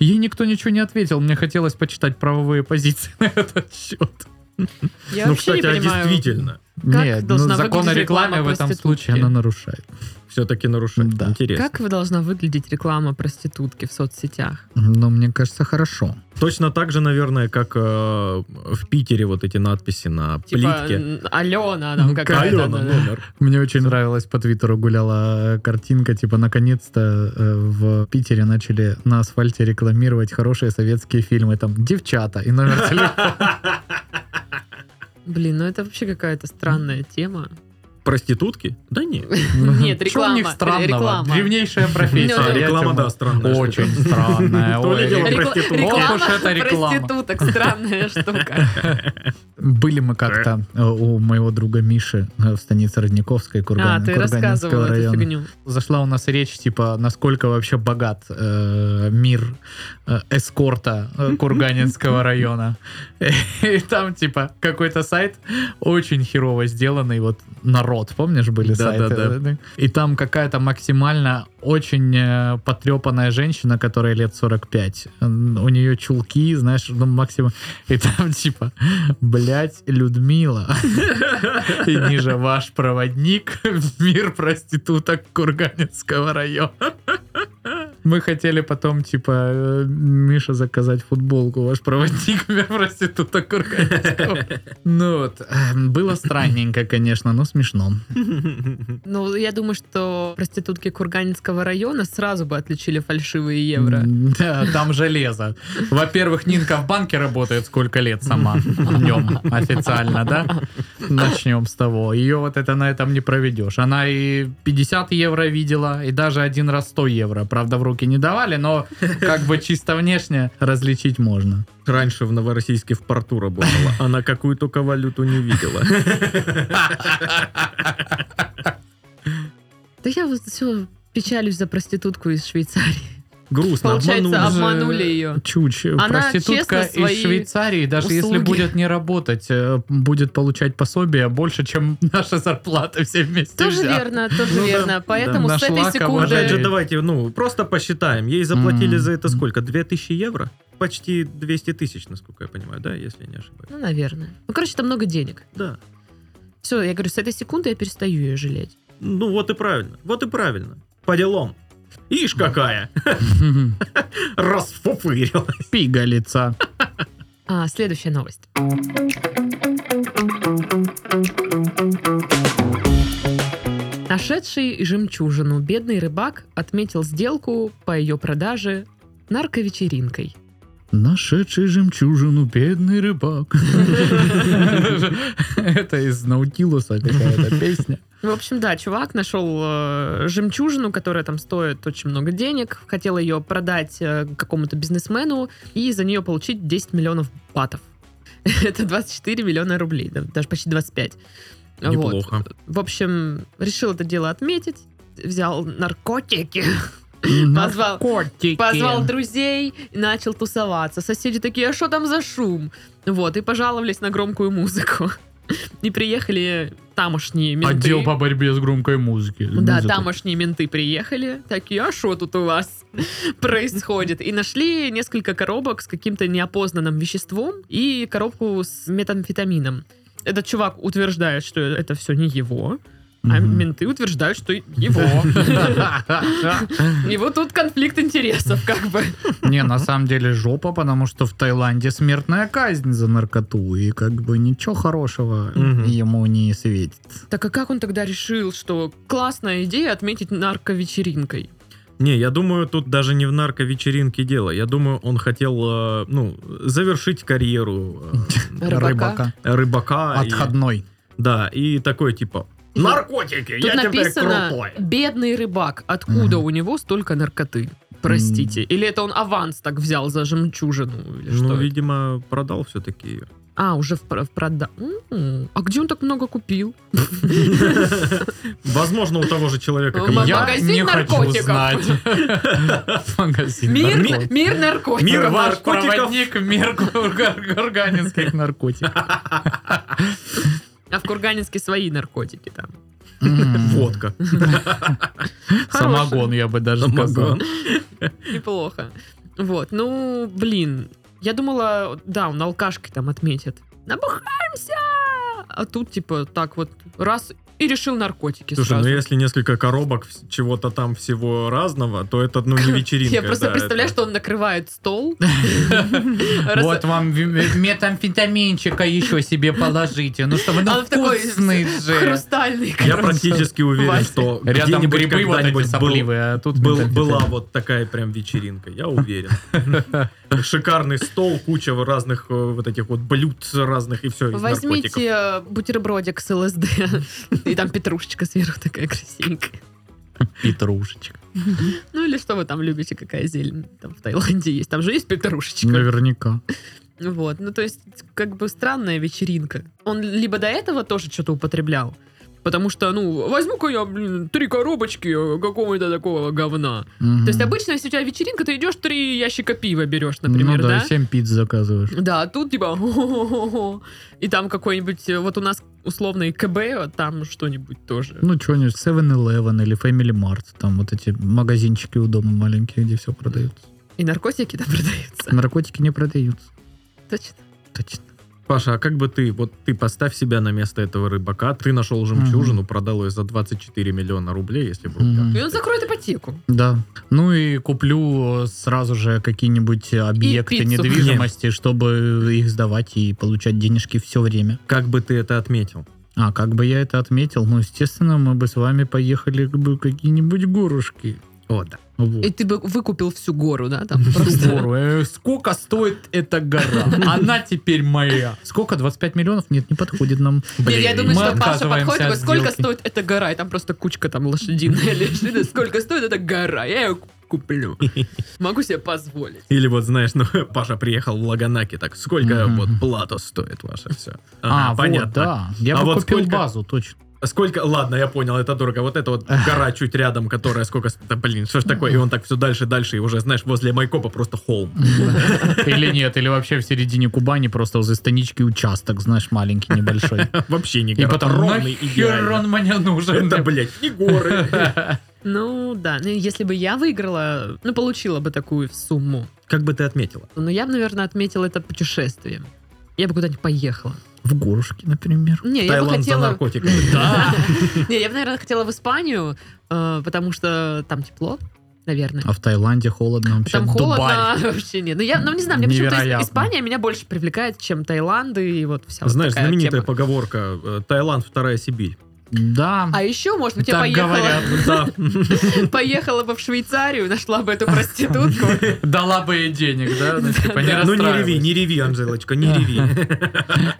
[SPEAKER 2] Ей никто ничего не ответил. Мне хотелось почитать правовые позиции на этот счет.
[SPEAKER 1] Я
[SPEAKER 3] Ну,
[SPEAKER 1] вообще не
[SPEAKER 3] кстати, а
[SPEAKER 1] понимаю.
[SPEAKER 3] действительно,
[SPEAKER 1] Как
[SPEAKER 2] Нет, ну,
[SPEAKER 1] должна
[SPEAKER 2] закон о
[SPEAKER 1] выглядеть
[SPEAKER 2] рекламе
[SPEAKER 1] реклама
[SPEAKER 2] в этом
[SPEAKER 1] проститутки?
[SPEAKER 2] случае она нарушает.
[SPEAKER 3] все-таки нарушает.
[SPEAKER 2] Да.
[SPEAKER 3] Интересно.
[SPEAKER 1] Как вы должна выглядеть реклама проститутки в соцсетях?
[SPEAKER 2] Но мне кажется, хорошо.
[SPEAKER 3] Точно так же, наверное, как э, в Питере вот эти надписи на
[SPEAKER 1] Типа,
[SPEAKER 3] плитке.
[SPEAKER 1] н- Алена там
[SPEAKER 2] Ну,
[SPEAKER 1] какая-то.
[SPEAKER 3] Алена,
[SPEAKER 1] да-да.
[SPEAKER 3] номер.
[SPEAKER 2] Мне очень нравилась по Твиттеру гуляла э, картинка, типа, наконец-то э, в Питере начали на асфальте рекламировать хорошие советские фильмы, там, «Девчата» и номер телефона.
[SPEAKER 1] Блин, ну это вообще какая-то странная тема.
[SPEAKER 3] Проститутки? Да нет.
[SPEAKER 1] Нет,
[SPEAKER 2] Чё
[SPEAKER 1] реклама,
[SPEAKER 2] у них странного?
[SPEAKER 1] реклама.
[SPEAKER 2] Древнейшая профессия.
[SPEAKER 1] Ну,
[SPEAKER 3] А,
[SPEAKER 1] да.
[SPEAKER 2] я
[SPEAKER 3] Реклама,
[SPEAKER 2] тебе
[SPEAKER 3] да, странная. штука.
[SPEAKER 2] Очень странная.
[SPEAKER 3] То ли
[SPEAKER 2] Ой,
[SPEAKER 3] дело
[SPEAKER 2] ребят,
[SPEAKER 1] Рекла-
[SPEAKER 3] Проституток.
[SPEAKER 1] реклама
[SPEAKER 2] Ох уж эта реклама.
[SPEAKER 1] Проституток, странная штука.
[SPEAKER 2] Были мы как-то э, у моего друга Миши э, в станице Родниковской,
[SPEAKER 1] А,
[SPEAKER 2] Курган,
[SPEAKER 1] ты
[SPEAKER 2] Курганинского
[SPEAKER 1] рассказывала эту
[SPEAKER 2] района.
[SPEAKER 1] фигню.
[SPEAKER 2] Зашла у нас речь, типа, насколько вообще богат э, мир э, эскорта э, Курганинского района. И там, типа, какой-то сайт очень херово сделанный, вот народ, помнишь, были
[SPEAKER 3] Да,
[SPEAKER 2] сайты?
[SPEAKER 3] да,
[SPEAKER 2] И там какая-то максимально очень э, потрепанная женщина, которая лет 45. М, У нее чулки, знаешь, ну, максимум. И там типа, блядь, Людмила. И ниже ваш проводник в мир проституток Курганинского района. Мы хотели потом, типа, э, Миша заказать футболку. Ваш проводник в мир проституток Курганинского. Ну вот, э, было странненько, конечно, но смешно.
[SPEAKER 1] Ну, я думаю, что проститутки Курганинского района сразу бы отличили фальшивые евро.
[SPEAKER 2] М, Да, там железо. Во-первых, Нинка в банке работает сколько лет сама в нем официально, да? Начнем с того. Ее вот это на этом не проведешь. Она и 50 евро видела, и даже один раз 100 евро. Правда, в руки не давали, но как бы чисто внешне различить можно.
[SPEAKER 3] Раньше в Новороссийске в порту работала. Она какую только валюту не видела.
[SPEAKER 1] Да я вот все печалюсь за проститутку из Швейцарии.
[SPEAKER 3] Грустно,
[SPEAKER 1] Получается,
[SPEAKER 3] обманули.
[SPEAKER 1] обманули ее.
[SPEAKER 2] Чуч,
[SPEAKER 1] Она честно
[SPEAKER 2] проститутка
[SPEAKER 1] свои
[SPEAKER 2] из Швейцарии, даже если
[SPEAKER 1] услуги.
[SPEAKER 2] будет не работать, э, будет получать пособие больше, чем наша зарплата все вместе
[SPEAKER 1] Тоже
[SPEAKER 2] взятые.
[SPEAKER 1] верно, тоже
[SPEAKER 3] Ну да,
[SPEAKER 1] верно.
[SPEAKER 3] да.
[SPEAKER 1] Поэтому с
[SPEAKER 2] Нашла
[SPEAKER 1] этой
[SPEAKER 2] кого
[SPEAKER 3] Опять же,
[SPEAKER 1] секунды...
[SPEAKER 2] жалеть.
[SPEAKER 3] давайте, ну, просто посчитаем. Ей заплатили
[SPEAKER 2] М.
[SPEAKER 3] за это сколько? 2000 евро? Почти 200 тысяч, насколько я понимаю, да, если я не ошибаюсь.
[SPEAKER 1] Ну, наверное. Ну, короче, это много денег.
[SPEAKER 3] Да.
[SPEAKER 1] Все, я говорю, с этой секунды я перестаю ее жалеть.
[SPEAKER 3] Ну, вот и правильно. Вот и правильно. По делам. Ишь какая! Расфуфырила.
[SPEAKER 2] Пигалица.
[SPEAKER 1] А, следующая новость. Нашедший жемчужину бедный рыбак отметил сделку по ее продаже нарковечеринкой.
[SPEAKER 2] Нашедший жемчужину бедный рыбак. Это из Наутилуса какая-то песня.
[SPEAKER 1] Ну, В общем, да, чувак нашел э, жемчужину, которая там стоит очень много денег, хотел ее продать э, какому-то бизнесмену и за нее получить 10 миллионов батов. Это 24 миллиона рублей, да, даже почти 25. Вот.
[SPEAKER 3] Неплохо.
[SPEAKER 1] В общем, решил это дело отметить, взял наркотики, Позвал-
[SPEAKER 2] Наркотики.
[SPEAKER 1] позвал друзей и начал тусоваться. Соседи такие, а что там за шум? Вот, и пожаловались на громкую музыку. И приехали тамошние менты.
[SPEAKER 2] Отдел А по борьбе с громкой музыки.
[SPEAKER 1] Ну Да,
[SPEAKER 2] Музыка.
[SPEAKER 1] тамошние менты приехали, такие, а что тут у вас происходит? И нашли несколько коробок с каким-то неопознанным веществом и коробку с метамфетамином. Этот чувак утверждает, что это все не его, а
[SPEAKER 2] Мгм.
[SPEAKER 1] менты утверждают, что его. И вот тут конфликт интересов, как бы.
[SPEAKER 2] Не, на самом деле жопа, потому что в Таиланде смертная казнь за наркоту, и как бы ничего хорошего
[SPEAKER 3] Мгм.
[SPEAKER 2] ему не светит.
[SPEAKER 1] Так а как он тогда решил, что классная идея отметить нарковечеринкой?
[SPEAKER 3] Не, я думаю, тут даже не в нарковечеринке дело. Я думаю, он хотел, э, ну, завершить карьеру
[SPEAKER 1] Рыбака.
[SPEAKER 3] э,
[SPEAKER 2] А
[SPEAKER 3] рыбака. и-
[SPEAKER 2] Отходной.
[SPEAKER 3] Да, и такой типа... Наркотики,
[SPEAKER 1] Тут
[SPEAKER 3] я теперь
[SPEAKER 1] написано
[SPEAKER 3] крутой.
[SPEAKER 1] «бедный рыбак». Откуда
[SPEAKER 2] Мгм.
[SPEAKER 1] у него столько наркоты? Простите. Или это он аванс так взял за жемчужину? Или что
[SPEAKER 3] Ну,
[SPEAKER 1] это?
[SPEAKER 3] видимо, продал все-таки.
[SPEAKER 1] А, уже в, про- в прода... М, А где он так много купил?
[SPEAKER 3] Возможно, у того же человека.
[SPEAKER 1] М-
[SPEAKER 3] кому-
[SPEAKER 1] Я магазин не хочу наркотиков. знать.
[SPEAKER 2] Магазин
[SPEAKER 1] Мир,
[SPEAKER 2] наркотиков.
[SPEAKER 1] мир наркотиков.
[SPEAKER 3] Мир
[SPEAKER 2] Наш
[SPEAKER 3] наркотиков.
[SPEAKER 2] проводник в мир гур- гурганинских наркотиков.
[SPEAKER 1] А в Курганинске свои наркотики там.
[SPEAKER 3] Водка.
[SPEAKER 2] Самогон, я бы даже сказал.
[SPEAKER 3] Самогон.
[SPEAKER 1] Неплохо. Вот, ну, блин. Я думала, да, он алкашкой там отметит. Набухаемся! А тут, типа, так вот раз и решил наркотики
[SPEAKER 3] Слушай,
[SPEAKER 1] сразу.
[SPEAKER 3] ну если несколько коробок вс- чего-то там всего разного, то это, ну, не вечеринка.
[SPEAKER 1] Я просто
[SPEAKER 3] да,
[SPEAKER 1] представляю,
[SPEAKER 3] это-
[SPEAKER 1] что он накрывает стол. Раз-
[SPEAKER 2] Вот вам ви- ви- метамфетаминчика еще себе положите. Ну, чтобы
[SPEAKER 1] А
[SPEAKER 2] ну,
[SPEAKER 1] он в такой
[SPEAKER 2] вкусный же.
[SPEAKER 1] Хрустальный.
[SPEAKER 3] Я
[SPEAKER 1] короче.
[SPEAKER 3] практически уверен,
[SPEAKER 1] Вася.
[SPEAKER 3] что
[SPEAKER 2] Рядом
[SPEAKER 3] где-нибудь
[SPEAKER 2] грибы вот эти
[SPEAKER 3] когда-нибудь был-
[SPEAKER 2] сопливые, а тут
[SPEAKER 3] был-
[SPEAKER 2] метамфетамин.
[SPEAKER 3] была вот такая прям вечеринка, я уверен. Шикарный стол, куча разных э, вот этих вот блюд разных и все из наркотиков.
[SPEAKER 1] Возьмите э, бутербродик с ЛСД. И там петрушечка сверху такая красивенькая.
[SPEAKER 2] Петрушечка.
[SPEAKER 1] Ну или что вы там любите, какая зелень там в Таиланде есть. Там же есть петрушечка.
[SPEAKER 2] Наверняка.
[SPEAKER 1] Вот, ну то есть как бы странная вечеринка. Он либо до этого тоже что-то употреблял, потому что, ну, возьму-ка я, блин, три коробочки э, какого-то такого говна. То есть обычно, если у тебя вечеринка, ты идешь три ящика пива берешь, например,
[SPEAKER 2] ну, да,
[SPEAKER 1] да?
[SPEAKER 2] и 7 пиц заказываешь.
[SPEAKER 1] Да, а тут типа «Хо-хо-хо-хо». и там какой-нибудь, э, вот у нас условный КБ, а там что-нибудь тоже.
[SPEAKER 2] Ну, что-нибудь 7-Eleven или Family Mart. Там вот эти магазинчики у дома маленькие, где все продается.
[SPEAKER 1] И наркотики да продаются.
[SPEAKER 2] Наркотики не продаются.
[SPEAKER 1] Точно.
[SPEAKER 2] Точно.
[SPEAKER 3] Паша, а как бы ты, вот ты поставь себя на место этого рыбака, ты нашел жемчужину, продал ее за 24 миллиона рублей, если в рублях.
[SPEAKER 1] И он закроет ипотеку.
[SPEAKER 2] Да. Ну и куплю э, сразу же какие-нибудь объекты
[SPEAKER 1] пиццу.
[SPEAKER 2] недвижимости, чтобы их сдавать и получать денежки все время.
[SPEAKER 3] Как бы ты это отметил?
[SPEAKER 2] А как бы я это отметил? Ну, естественно, мы бы с вами поехали как бы в какие-нибудь горушки.
[SPEAKER 3] О, да.
[SPEAKER 2] Вот.
[SPEAKER 1] И ты бы выкупил всю гору, да, там
[SPEAKER 2] Всю
[SPEAKER 1] просто.
[SPEAKER 2] гору. Э, Сколько стоит эта гора? Она теперь моя. Сколько? 25 миллионов? Нет, не подходит нам.
[SPEAKER 1] Нет, я думаю,
[SPEAKER 2] Мы
[SPEAKER 1] что Паша
[SPEAKER 2] отказываемся
[SPEAKER 1] подходит, такой,
[SPEAKER 2] от
[SPEAKER 1] сколько
[SPEAKER 2] сделки».
[SPEAKER 1] стоит эта гора, и там просто кучка там лошадиная лежит, сколько стоит эта гора, я ее куплю. Могу себе позволить.
[SPEAKER 3] Или вот, знаешь, ну, Паша приехал в Лаганаки, так, сколько
[SPEAKER 2] Мгм.
[SPEAKER 3] вот плата стоит ваша, все.
[SPEAKER 2] А, вот, да. Я
[SPEAKER 3] А
[SPEAKER 2] бы
[SPEAKER 3] вот
[SPEAKER 2] купил
[SPEAKER 3] сколько?
[SPEAKER 2] базу, точно.
[SPEAKER 3] Сколько, ладно, я понял, это дорого. Вот эта вот гора чуть рядом, которая сколько... с- Да, блин, что ж такое? И он так все дальше, дальше, и уже, знаешь, возле Майкопа просто холм.
[SPEAKER 2] Или нет, или вообще в середине Кубани просто за станички участок, знаешь, маленький, небольшой.
[SPEAKER 3] Вообще не
[SPEAKER 2] И
[SPEAKER 3] гора,
[SPEAKER 2] потом,
[SPEAKER 3] ровный,
[SPEAKER 2] нахер
[SPEAKER 3] идеально.
[SPEAKER 2] он мне нужен?
[SPEAKER 3] Это, блядь, не горы.
[SPEAKER 1] Ну да, ну если бы я выиграла, ну получила бы такую сумму.
[SPEAKER 3] Как бы ты отметила?
[SPEAKER 1] Но я бы, наверное, отметила это путешествием. Я бы куда-нибудь поехала.
[SPEAKER 2] В горушке, например.
[SPEAKER 1] Не, я бы
[SPEAKER 3] Таиланд за
[SPEAKER 1] хотела...
[SPEAKER 3] наркотиками.
[SPEAKER 1] Да. Не, я бы, наверное, хотела в Испанию, э, потому что там тепло. наверное.
[SPEAKER 2] А в Таиланде холодно вообще.
[SPEAKER 1] Там
[SPEAKER 2] Дубай.
[SPEAKER 1] холодно вообще нет. Ну, я, ну, не знаю, мне почему-то
[SPEAKER 2] Невероятно.
[SPEAKER 1] Ис- Испания меня больше привлекает, чем Таиланд и вот вся вот
[SPEAKER 3] Знаешь,
[SPEAKER 1] такая
[SPEAKER 3] знаменитая
[SPEAKER 1] тема.
[SPEAKER 3] поговорка э, «Таиланд, вторая Сибирь».
[SPEAKER 2] Да.
[SPEAKER 1] А еще, может быть, я
[SPEAKER 2] Так
[SPEAKER 1] поехала,
[SPEAKER 2] говорят.
[SPEAKER 3] Да.
[SPEAKER 1] поехала бы в Швейцарию, нашла бы эту проститутку.
[SPEAKER 2] Дала бы ей денег, да? Ну, типа, не
[SPEAKER 3] Ну не реви,
[SPEAKER 2] расстраивайся.
[SPEAKER 3] не реви, Анжелочка, не реви.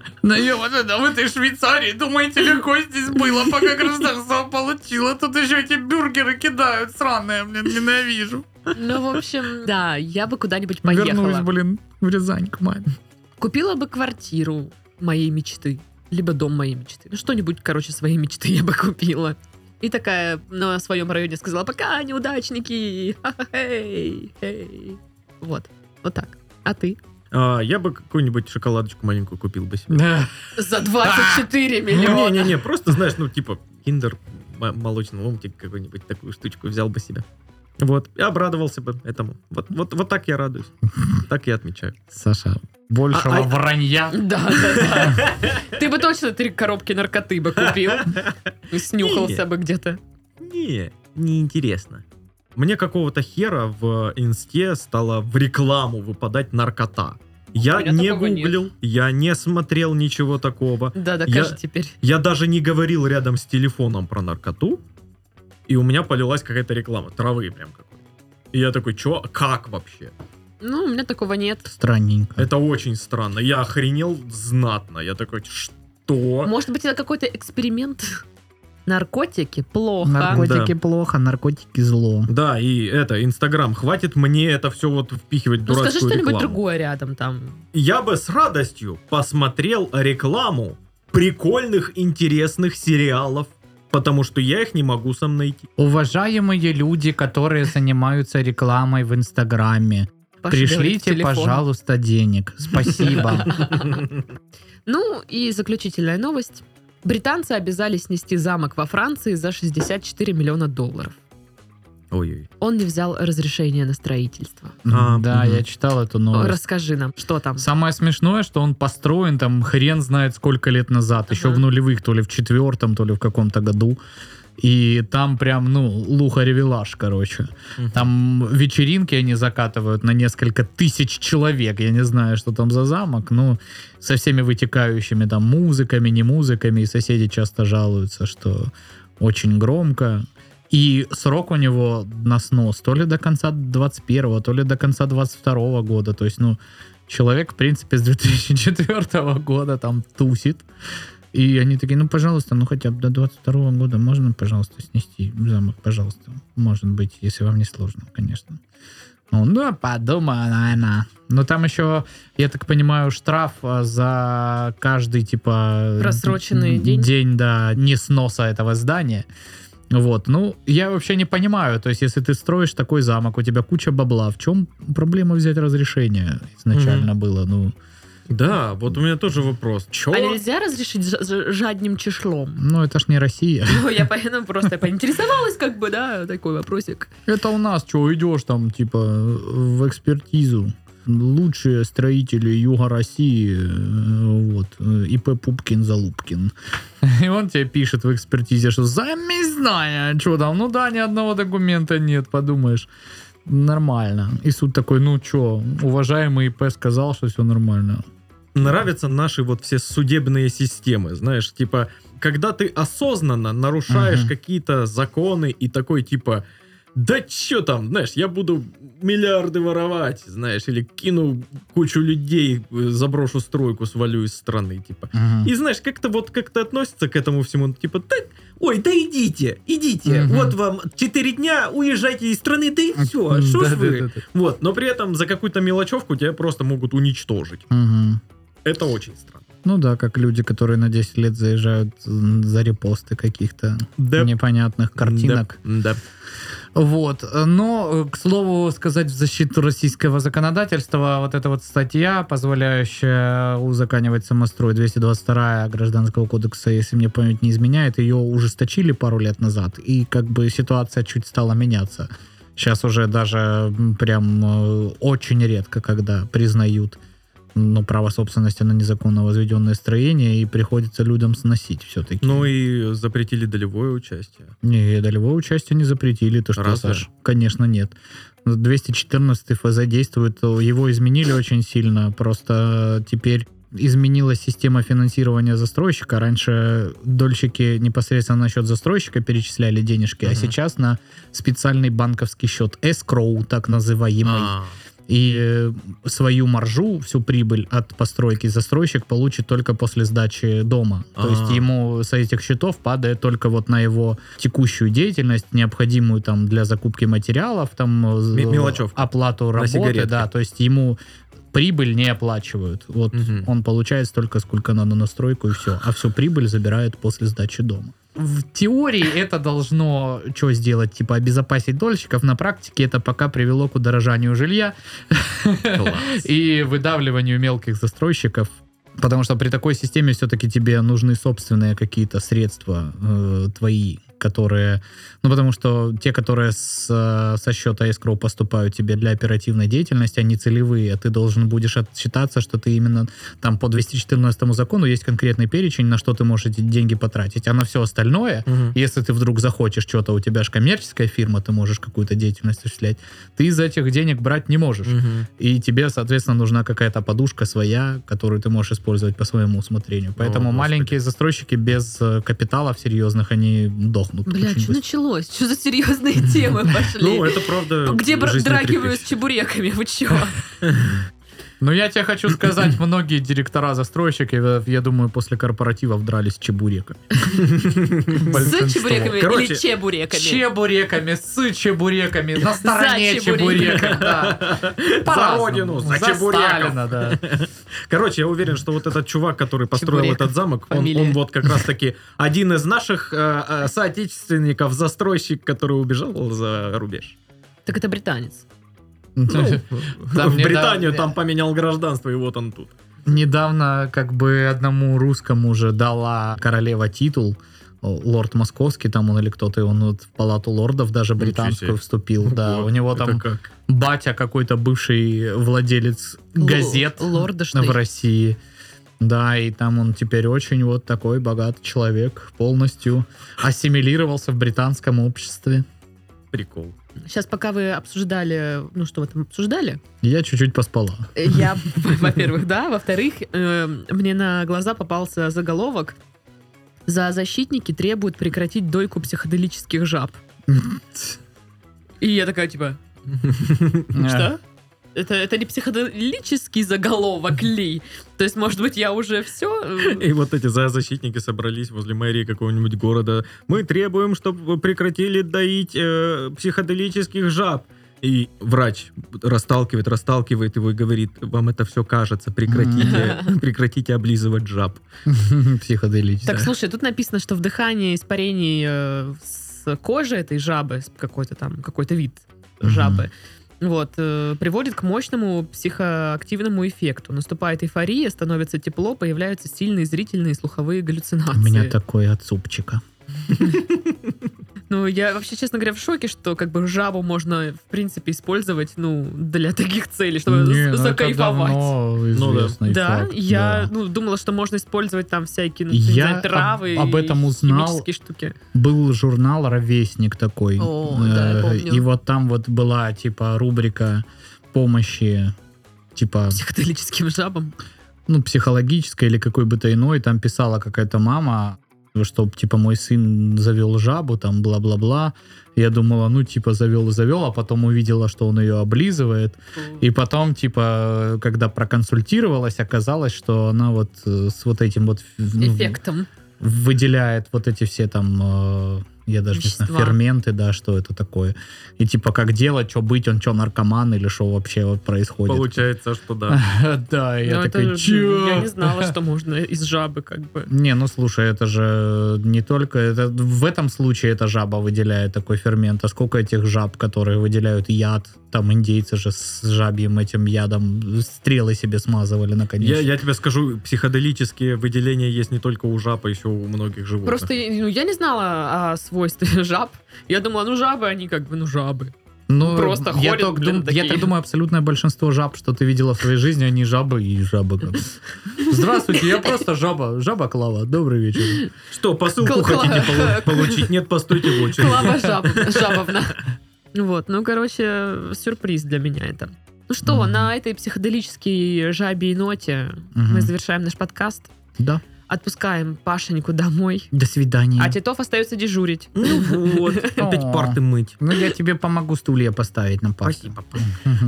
[SPEAKER 2] Ну, ё, вот это, в этой Швейцарии, думаете, легко здесь было, пока гражданство получила. Тут еще эти бюргеры кидают, сраные, блин, ненавижу.
[SPEAKER 1] Ну, в общем, да, я бы куда-нибудь поехала.
[SPEAKER 2] блин, в Рязань к маме.
[SPEAKER 1] Купила бы квартиру моей мечты, либо дом моей мечты. Ну, что-нибудь, короче, своей мечты я бы купила. И такая на своем районе сказала, пока, неудачники, эй, эй. Вот, вот так. А ты?
[SPEAKER 3] А, Я бы какую-нибудь шоколадочку маленькую купил бы себе.
[SPEAKER 1] За 24 миллиона.
[SPEAKER 3] Не-не-не, просто, знаешь, ну, типа, киндер м- молочный ломтик какой-нибудь, такую штучку взял бы себе. Вот, и обрадовался бы этому. Вот, вот, вот так я радуюсь. Так я отмечаю.
[SPEAKER 2] Саша, большего
[SPEAKER 3] А- а-
[SPEAKER 2] вранья.
[SPEAKER 1] Да, да, да. Ты бы точно три коробки наркоты бы купил. И снюхался бы где-то.
[SPEAKER 3] Не, неинтересно. Мне какого-то хера в инсте стало в рекламу выпадать наркота. Я
[SPEAKER 1] меня
[SPEAKER 3] не
[SPEAKER 1] такого нет.
[SPEAKER 3] гуглил, я не смотрел ничего такого.
[SPEAKER 1] Да,
[SPEAKER 3] Я-
[SPEAKER 1] докажи теперь.
[SPEAKER 3] Я даже не говорил рядом с телефоном про наркоту, и у меня полилась какая-то реклама. Травы прям какой-то. И я такой, чё? Как вообще?
[SPEAKER 1] Ну, у меня такого нет.
[SPEAKER 2] Странненько.
[SPEAKER 3] Это очень странно. Я охренел знатно. Я такой, что?
[SPEAKER 1] Может быть, это какой-то эксперимент? Наркотики плохо.
[SPEAKER 2] Наркотики плохо, наркотики зло.
[SPEAKER 3] Да, и это, Инстаграм, хватит мне это все вот впихивать в
[SPEAKER 1] Ну, скажи
[SPEAKER 3] дурацкую
[SPEAKER 1] что-нибудь
[SPEAKER 3] рекламу.
[SPEAKER 1] другое рядом там.
[SPEAKER 3] Я бы с радостью посмотрел рекламу прикольных, интересных сериалов, потому что я их не могу сам найти.
[SPEAKER 2] Уважаемые люди, которые занимаются рекламой в Инстаграме,
[SPEAKER 1] Паша говорит в
[SPEAKER 2] пришлите,
[SPEAKER 1] телефон.
[SPEAKER 2] пожалуйста, денег. Спасибо.
[SPEAKER 1] Ну, и заключительная новость. Британцы обязались снести замок во Франции за 64 миллиона долларов.
[SPEAKER 3] Ой-ой.
[SPEAKER 1] Он не взял разрешение на строительство.
[SPEAKER 3] А,
[SPEAKER 2] Да,
[SPEAKER 3] мгм.
[SPEAKER 2] я читал эту
[SPEAKER 3] Ну,
[SPEAKER 2] новость.
[SPEAKER 1] Расскажи нам, что там.
[SPEAKER 2] Самое смешное, что он построен там хрен знает сколько лет назад, еще
[SPEAKER 1] Ага.
[SPEAKER 2] в нулевых, то ли в четвертом, то ли в каком-то году. И там прям, ну, лухарь-ревелаж, короче. Там вечеринки они закатывают на несколько тысяч человек. Я не знаю, что там за замок. Ну, со всеми вытекающими там музыками, не музыками. И соседи часто жалуются, что очень громко. И срок у него на снос то ли до конца 21-го, то ли до конца 22 года. То есть, ну, человек, в принципе, с 2004 года там тусит. И они такие, ну, пожалуйста, ну, хотя бы до 22 года можно, пожалуйста, снести замок, пожалуйста. Может быть, если вам не сложно, конечно. Он, ну, подумай, наверное. Но там еще, я так понимаю, штраф а, за каждый, типа...
[SPEAKER 1] Просроченный
[SPEAKER 2] д-
[SPEAKER 1] день.
[SPEAKER 2] День, да, не сноса этого здания. Вот, ну, я вообще не понимаю, то есть, если ты строишь такой замок, у тебя куча бабла, в чем проблема взять разрешение изначально было, ну,
[SPEAKER 3] Да, вот у меня тоже вопрос. Чё?
[SPEAKER 1] А нельзя разрешить ж- ж- жадным чешлом?
[SPEAKER 2] ну, это ж не Россия.
[SPEAKER 1] Ну, я по- ну, просто поинтересовалась, как бы, да, такой вопросик.
[SPEAKER 2] Это у нас что, идешь там, типа, в экспертизу? Лучшие строители Юга России, э, вот, э, ИП Пупкин Залупкин. И он тебе пишет в экспертизе, что замесь здания, что там, ну да, ни одного документа нет, подумаешь. Нормально. И суд такой, ну что, уважаемый ИП сказал, что все нормально.
[SPEAKER 3] Нравятся наши вот все судебные системы, знаешь, типа, когда ты осознанно нарушаешь
[SPEAKER 2] Мгм.
[SPEAKER 3] какие-то законы и такой, типа, да чё там, знаешь, я буду миллиарды воровать, знаешь, или кину кучу людей, э, заброшу стройку, свалю из страны, типа. И знаешь, как-то вот как-то относится к этому всему, типа, так, ой, да идите, идите,
[SPEAKER 2] Мгм.
[SPEAKER 3] вот вам 4 дня, уезжайте из страны, да и
[SPEAKER 2] а
[SPEAKER 3] все, что ж вы.
[SPEAKER 2] Да-да-да-да.
[SPEAKER 3] Вот, но при этом за какую-то мелочевку тебя просто могут уничтожить.
[SPEAKER 2] Мгм.
[SPEAKER 3] Это очень странно.
[SPEAKER 2] Ну да, как люди, которые на 10 лет заезжают м, за репосты каких-то непонятных картинок.
[SPEAKER 3] Да.
[SPEAKER 2] Вот. Но, э, к слову сказать, в защиту российского законодательства вот эта вот статья, позволяющая узаканивать самострой 222 Гражданского кодекса, если мне память не изменяет, ее ужесточили пару лет назад, и как бы ситуация чуть стала меняться. Сейчас уже даже м, прям э, очень редко, когда признают ну, право собственности на незаконно возведенное строение, и приходится людям сносить все-таки.
[SPEAKER 3] Ну и запретили долевое участие.
[SPEAKER 2] Не, долевое участие не запретили, то что,
[SPEAKER 3] Разве?
[SPEAKER 2] Саш? Конечно, нет. Ну, 214 ФЗ действует, его изменили очень сильно, просто теперь изменилась система финансирования застройщика. Раньше дольщики непосредственно на счет застройщика перечисляли денежки, а
[SPEAKER 3] Мгм.
[SPEAKER 2] сейчас на специальный банковский счет, escrow, так называемый.
[SPEAKER 3] А,
[SPEAKER 2] И э, свою маржу, всю прибыль от постройки застройщик получит только после сдачи дома. То есть
[SPEAKER 3] А.
[SPEAKER 2] ему с этих счетов падает только вот на его текущую деятельность, необходимую там для закупки материалов, там э,
[SPEAKER 3] М- мелочевку.
[SPEAKER 2] оплату
[SPEAKER 3] На
[SPEAKER 2] работы,
[SPEAKER 3] сигаретки.
[SPEAKER 2] да. То есть ему прибыль не оплачивают. Вот
[SPEAKER 3] Мгм.
[SPEAKER 2] он получает столько, сколько надо на стройку и все. А всю прибыль забирает после сдачи дома. В теории это должно что сделать? Типа обезопасить дольщиков. На практике это пока привело к удорожанию жилья
[SPEAKER 3] класс.
[SPEAKER 2] и выдавливанию мелких застройщиков. Потому что при такой системе все-таки тебе нужны собственные какие-то средства э, твои, которые... Ну, потому что те, которые с, э, со счета escrow поступают тебе для оперативной деятельности, они целевые, а ты должен будешь отсчитаться, что ты именно там по 214 закону есть конкретный перечень, на что ты можешь эти деньги потратить. А на все остальное
[SPEAKER 3] Мгм.
[SPEAKER 2] если ты вдруг захочешь что-то, у тебя же коммерческая фирма, ты можешь какую-то деятельность осуществлять, ты из этих денег брать не можешь.
[SPEAKER 3] Мгм.
[SPEAKER 2] И тебе, соответственно, нужна какая-то подушка своя, которую ты можешь использовать по своему усмотрению. Поэтому
[SPEAKER 3] Господи.
[SPEAKER 2] маленькие застройщики без э, капиталов серьезных, они дохнут
[SPEAKER 1] Бля,
[SPEAKER 2] очень
[SPEAKER 1] что
[SPEAKER 2] быстро.
[SPEAKER 1] началось? Что за серьезные темы пошли?
[SPEAKER 3] Ну, это правда
[SPEAKER 1] А Где бра-
[SPEAKER 3] жизненный
[SPEAKER 1] драгивают
[SPEAKER 3] кирпич.
[SPEAKER 1] с чебуреками? Вы чё?
[SPEAKER 2] Но Ну, я тебе хочу сказать, многие директора застройщиков, я думаю, после корпоративов дрались чебуреками.
[SPEAKER 1] С
[SPEAKER 2] Большинство.
[SPEAKER 1] чебуреками или
[SPEAKER 3] Короче,
[SPEAKER 2] С
[SPEAKER 1] чебуреками?
[SPEAKER 2] чебуреками, с чебуреками, на стороне
[SPEAKER 1] чебуреками.
[SPEAKER 2] чебуреков, да.
[SPEAKER 3] За
[SPEAKER 2] По-разному.
[SPEAKER 3] родину, за чебуреков.
[SPEAKER 2] Сталина, да.
[SPEAKER 3] Короче, я уверен, что вот этот чувак, который построил
[SPEAKER 1] Чебурек.
[SPEAKER 3] этот замок, он,
[SPEAKER 1] Фамилия.
[SPEAKER 3] он вот как раз-таки один из наших э, э, соотечественников, застройщик, который убежал за рубеж.
[SPEAKER 1] Так это британец.
[SPEAKER 3] Ну,
[SPEAKER 2] Там э,
[SPEAKER 3] в
[SPEAKER 2] недавно-
[SPEAKER 3] Британию там поменял гражданство, и вот он тут.
[SPEAKER 2] Недавно как бы одному русскому уже дала королева титул, О, лорд московский там он или кто-то, и он вот в палату лордов даже
[SPEAKER 3] Ничего
[SPEAKER 2] британскую
[SPEAKER 3] себе.
[SPEAKER 2] вступил, да,
[SPEAKER 3] Вот,
[SPEAKER 2] у него
[SPEAKER 3] это
[SPEAKER 2] там
[SPEAKER 3] как?
[SPEAKER 2] батя какой-то бывший владелец
[SPEAKER 1] Л-
[SPEAKER 2] газет
[SPEAKER 1] лордошный.
[SPEAKER 2] в России. Да, и там он теперь очень вот такой богатый человек, полностью ассимилировался в британском обществе.
[SPEAKER 3] Прикол.
[SPEAKER 1] Сейчас, пока вы обсуждали, ну что вы там обсуждали,
[SPEAKER 2] Я чуть-чуть поспала.
[SPEAKER 1] я, во-первых, да, во-вторых, э, мне на глаза попался заголовок «За защитники требуют прекратить дойку психоделических жаб». И я такая, типа,
[SPEAKER 2] А.
[SPEAKER 1] что? Это, это не психоделический заголовок ли? То есть, может быть, я уже э, все?
[SPEAKER 3] И вот эти зоозащитники собрались возле мэрии какого-нибудь города. Мы требуем, чтобы прекратили доить э, психоделических жаб. И врач расталкивает, расталкивает его и говорит, вам это все кажется, прекратите, прекратите облизывать жаб.
[SPEAKER 2] Психоделически.
[SPEAKER 1] Так, слушай, тут написано, что вдыхание испарений э, с кожи этой жабы, с какой-то там, какой-то вид
[SPEAKER 2] Мгм.
[SPEAKER 1] жабы, вот, э, приводит к мощному психоактивному эффекту. Наступает эйфория, становится тепло, появляются сильные зрительные и слуховые
[SPEAKER 2] У
[SPEAKER 1] галлюцинации.
[SPEAKER 2] меня такое от супчика.
[SPEAKER 1] Ну, я вообще, честно говоря, в шоке, что как бы жабу можно, в принципе, использовать, ну, для таких целей, чтобы
[SPEAKER 2] Не,
[SPEAKER 1] з-
[SPEAKER 2] ну это
[SPEAKER 1] закайфовать.
[SPEAKER 2] давно известный
[SPEAKER 1] Да,
[SPEAKER 2] факт,
[SPEAKER 1] я
[SPEAKER 2] да.
[SPEAKER 1] ну, думала, что можно использовать там всякие ну, не
[SPEAKER 2] Я
[SPEAKER 1] знаю, травы
[SPEAKER 2] об- об
[SPEAKER 1] и
[SPEAKER 2] этом узнал.
[SPEAKER 1] химические штуки.
[SPEAKER 2] Был журнал «Ровесник» такой. Э,
[SPEAKER 1] О, да, я помню.
[SPEAKER 2] И вот там вот была, типа, рубрика помощи, типа,
[SPEAKER 1] психоделическим жабам.
[SPEAKER 2] ну, психологической или какой бы то иной. Там писала какая-то мама, что, типа, мой сын завел жабу, там, бла-бла-бла. Я думала, ну, типа, завел и завел, а потом увидела, что он ее облизывает. И потом, типа, когда проконсультировалась, оказалось, что она вот э, с вот этим вот... ну,
[SPEAKER 1] Эффектом.
[SPEAKER 2] выделяет вот эти все там, э, я даже не
[SPEAKER 1] Вещества.
[SPEAKER 2] знаю, ферменты, да, что это такое. И типа, как делать, что быть, он что, наркоман или что вообще вот происходит.
[SPEAKER 3] Получается, что да.
[SPEAKER 2] Да, я
[SPEAKER 1] Но Ну, это же,
[SPEAKER 2] такой, чё?
[SPEAKER 1] Я не знала, что можно из жабы как бы.
[SPEAKER 2] Не, ну слушай, это же не только... Это, в этом случае эта жаба выделяет такой фермент. А сколько этих жаб, которые выделяют яд? Там индейцы же с жабьим этим ядом стрелы себе смазывали наконец.
[SPEAKER 3] Я, я тебе скажу, психоделические выделения есть не только у жаб, а еще у многих животных.
[SPEAKER 1] Просто ну, я не знала о свойстве жаб. Я думала, ну жабы, они как бы, ну жабы.
[SPEAKER 2] Ну,
[SPEAKER 4] Просто
[SPEAKER 2] я
[SPEAKER 4] ходят,
[SPEAKER 2] так,
[SPEAKER 4] блин,
[SPEAKER 2] дум- я
[SPEAKER 4] такие.
[SPEAKER 2] так думаю, абсолютное большинство жаб, что ты видела в своей жизни, они жабы и жабы. как бы. Здравствуйте, я просто жаба. Жаба Клава, добрый вечер.
[SPEAKER 3] Что, посылку
[SPEAKER 1] Кла- кла-
[SPEAKER 3] хотите полу- получить? Нет, постойте в очередь.
[SPEAKER 4] Клава Жаб- Жабовна.
[SPEAKER 1] Вот, ну, короче, сюрприз для меня это. Ну что,
[SPEAKER 2] Мгм.
[SPEAKER 1] на этой психоделической жабе ноте
[SPEAKER 2] Мгм.
[SPEAKER 1] мы завершаем наш подкаст.
[SPEAKER 2] Да.
[SPEAKER 1] Отпускаем Пашеньку домой.
[SPEAKER 2] До свидания.
[SPEAKER 1] А Титов остается дежурить.
[SPEAKER 3] Ну вот, опять
[SPEAKER 2] О.
[SPEAKER 3] парты мыть.
[SPEAKER 2] Ну, я тебе помогу стулья поставить на парк.
[SPEAKER 3] Спасибо.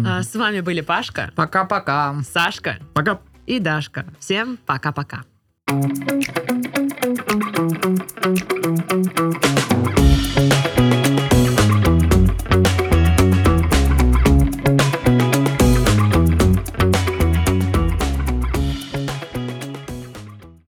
[SPEAKER 1] А, с вами были Пашка,
[SPEAKER 2] Пока-пока.
[SPEAKER 1] Сашка
[SPEAKER 3] Пока.
[SPEAKER 1] и Дашка. Всем пока-пока.